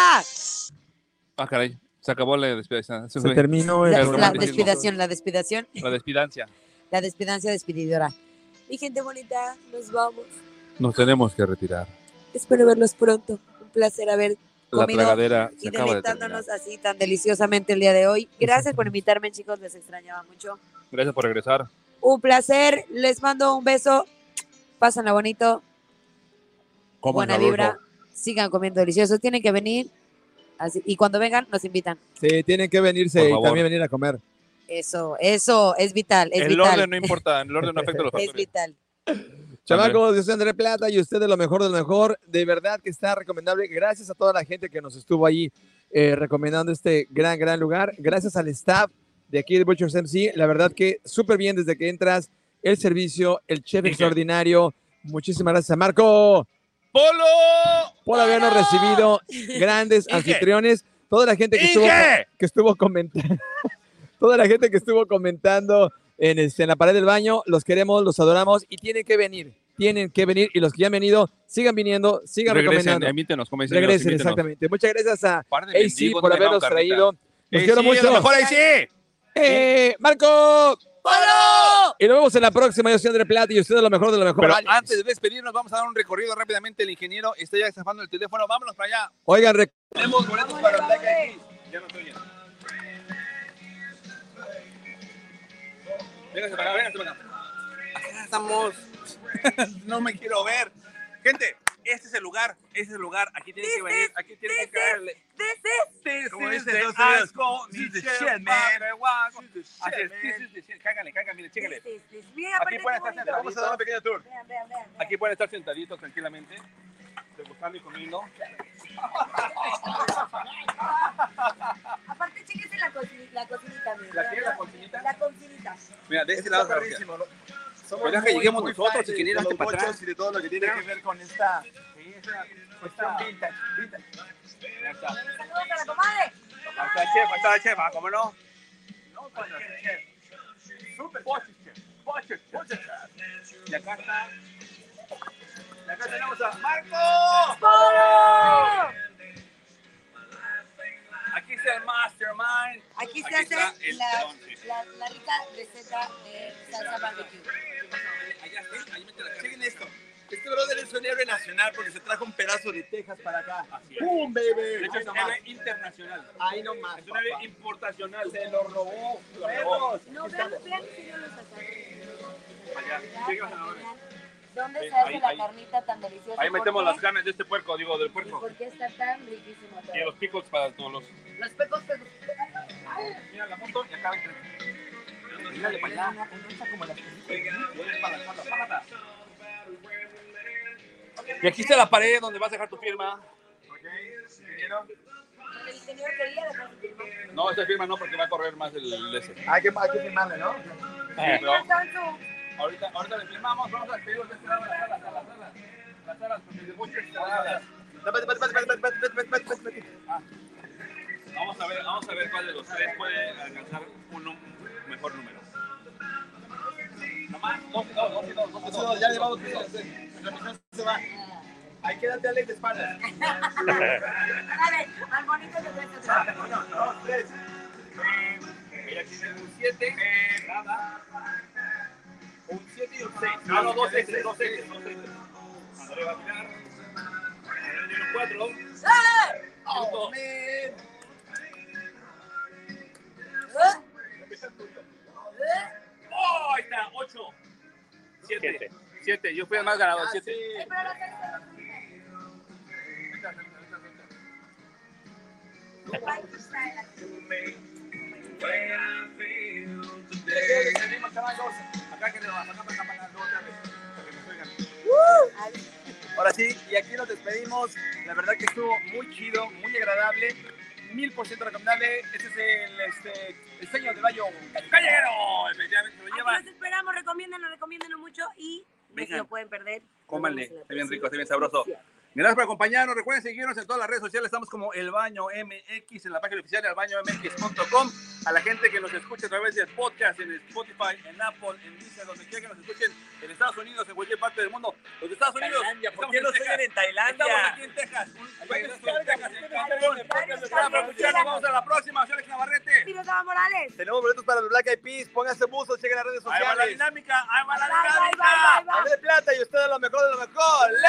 Ah, caray. Se acabó la despidancia. Se
Se
fue
terminó el
La,
romanticismo.
la
programa.
despidación, la despidación,
la despidancia.
la despidancia despedidora. Mi gente bonita, nos vamos.
Nos tenemos que retirar.
Espero verlos pronto. Un placer haber
La
Comido
tragadera se
y
acaba de terminar.
deleitándonos así tan deliciosamente el día de hoy. Gracias por invitarme, chicos. Les extrañaba mucho.
Gracias por regresar.
Un placer. Les mando un beso. Pásenla bonito. Buena vibra. Sigan comiendo delicioso. Tienen que venir. Así, y cuando vengan, nos invitan.
Sí, tienen que venirse
Por
y
favor.
también venir a comer.
Eso, eso es vital. Es
el
vital.
orden no importa, el orden no afecta a los
es
factores.
vital.
Chamacos, yo soy André Plata y usted de lo mejor de lo mejor. De verdad que está recomendable. Gracias a toda la gente que nos estuvo ahí eh, recomendando este gran, gran lugar. Gracias al staff de aquí de Butchers MC. La verdad que súper bien desde que entras. El servicio, el chef extraordinario. Muchísimas gracias a Marco
¡Polo!
por habernos recibido. Grandes anfitriones. Toda la gente que estuvo
¡Inge!
que estuvo comentando, toda la gente que estuvo comentando en, este, en la pared del baño, los queremos, los adoramos y tienen que venir, tienen que venir y los que ya han venido, sigan viniendo, sigan
Regresen,
recomendando.
emítenos, como dicen.
Regresen,
emítenos.
exactamente. Muchas gracias a
Par de
AC
mendigos,
por
no me
habernos
hagan carnita.
traído. Los
AC,
quiero
a lo
mucho.
mejor ahí sí.
¡Eh, ¡Marco! Y nos vemos en la próxima. Yo soy André Plata y usted es lo mejor de lo mejor.
Pero
Alex.
antes de despedirnos, vamos a dar un recorrido rápidamente. El ingeniero está ya zafando el teléfono. Vámonos para allá.
Oigan, rec-
Tenemos boletos para el Black Eyed Peas. Ya no estoy bien. Véngase para acá, véngase para acá. Acá estamos. no me quiero ver. Gente, este es el lugar. Este es el lugar. Aquí tienes que venir. Aquí tienes que caerle. This is the asco, Michelle Madraguago. Así es, this is the shit. Cáiganle, cáiganle, mire, chéquenle.
Este
Aquí pueden estar sentaditos. Vamos a dar un pequeño tour. Aquí pueden estar sentaditos tranquilamente, degustando y comiendo.
Aparte, chéquese la cocinita, la cocinita, mi
¿La qué? ¿La cocinita?
La cocinita.
Mira, de este lado. García. Oiga, que lleguemos nosotros, ingenieros, hasta para atrás.
y de todo lo que tiene que ver con esta
Ahí está.
Saludos a la comadre.
Ahí está el chef, ahí está el chef, ah, ¿cómo no? No, cualquier chef. Super chef. Poche chef. Poche chef. Y acá está. Y acá tenemos a Marco. Aquí está el mastermind.
Aquí se
Aquí está
hace
el
la,
lonche.
la, la rica receta de salsa barbecue.
Allá está, ahí mete la cara. Chequen esto.
Este brother es un héroe nacional porque se trajo un pedazo de Texas para acá. ¡Pum, baby!
De hecho, es un héroe internacional.
Ahí nomás.
Es un héroe
papá.
importacional.
Se lo robó. se lo robó.
Perros.
No, vean, vean si no lo sacaron.
Allá. Síguenos a la hora.
¿Dónde
Sí,
se hace
ahí-
la
ahí.
carnita tan deliciosa?
Ahí
¿Por
metemos
qué?
las carnes de este puerco, digo, del
¿Y
puerco.
por qué está tan riquísimo todo?
Y los picos para todos los.
Los pecos que...
Mira la moto y acá Mírale para allá. Y aquí está la pared donde vas a dejar tu firma.
El señor quería dejar su firma.
No, esta firma no, porque va a correr más el el de ese.
Hay que, hay que firmarle, ¿no? Eh.
Sí, pero
Está en su-
ahorita, ahorita le firmamos, vamos a despedirnos de este lado, las alas, las alas, las alas, porque el buche está en las alas. Vamos a ver, vamos a ver cuál de los tres puede alcanzar un nu- mejor número. Nomás, dos y dos, dos y dos, dos y dos.
Ya le vamos a se va. Ahí quédate, Alex, de
A
espaldas.
ver, al bonito le cuesta trabajo.
Ella tiene un 7, nada. Un 7 y un 6. No, no, dos 6, dos 6, dos 6. André va a tirar. André tiene un 4.
Oh,
Oh,
man.
¿Eh?
¡Oh! Ahí está, 8. 7. 7, yo fui el más
Ah,
ganador, 7.
Ay, pero la carnita no está. Ay, está en la-
Acá que le va, acá para acá, luego otra vez. Para que nos oigan.
Ay,
Ahora sí, y aquí nos despedimos. La verdad que estuvo muy chido, muy agradable. Mil por ciento recomendable. Este es el, este, el sueño de Bayo.
¡Callejero! Efectivamente, lo
Aquí
lleva.
los esperamos, recomiéndenlo, recomiéndenlo mucho y no se
Vengan.
lo pueden perder.
Cómanle,
Nos vemos en la
está bien
próxima
rico, está bien sabroso.
edición.
Gracias por acompañarnos. Recuerden seguirnos en todas las redes sociales. Estamos como El Baño MX en la página oficial de elbañomx.com. A la gente que nos escucha a través del podcast en Spotify, en Apple, en Disney, donde quiera que nos escuchen, en Estados Unidos, en cualquier parte del mundo. Los de Estados Unidos. ¿por qué los siguen en Tailandia? Estamos aquí en Texas. Un país de Texas, en Cancún. Gracias por escucharnos. Vamos a la próxima. Soy Alex Navarrete.
Sí, nos vamos, Morales.
Tenemos boletos para los Black Eyed Peas. Pónganse buzos, lleguen a las redes
Ahí va la
sociales.
dinámica. Ahí va la
Bye, bye,
dinámica.
bye, bye, bye.
Hablé de plata y ustedes lo mejor de lo mejor.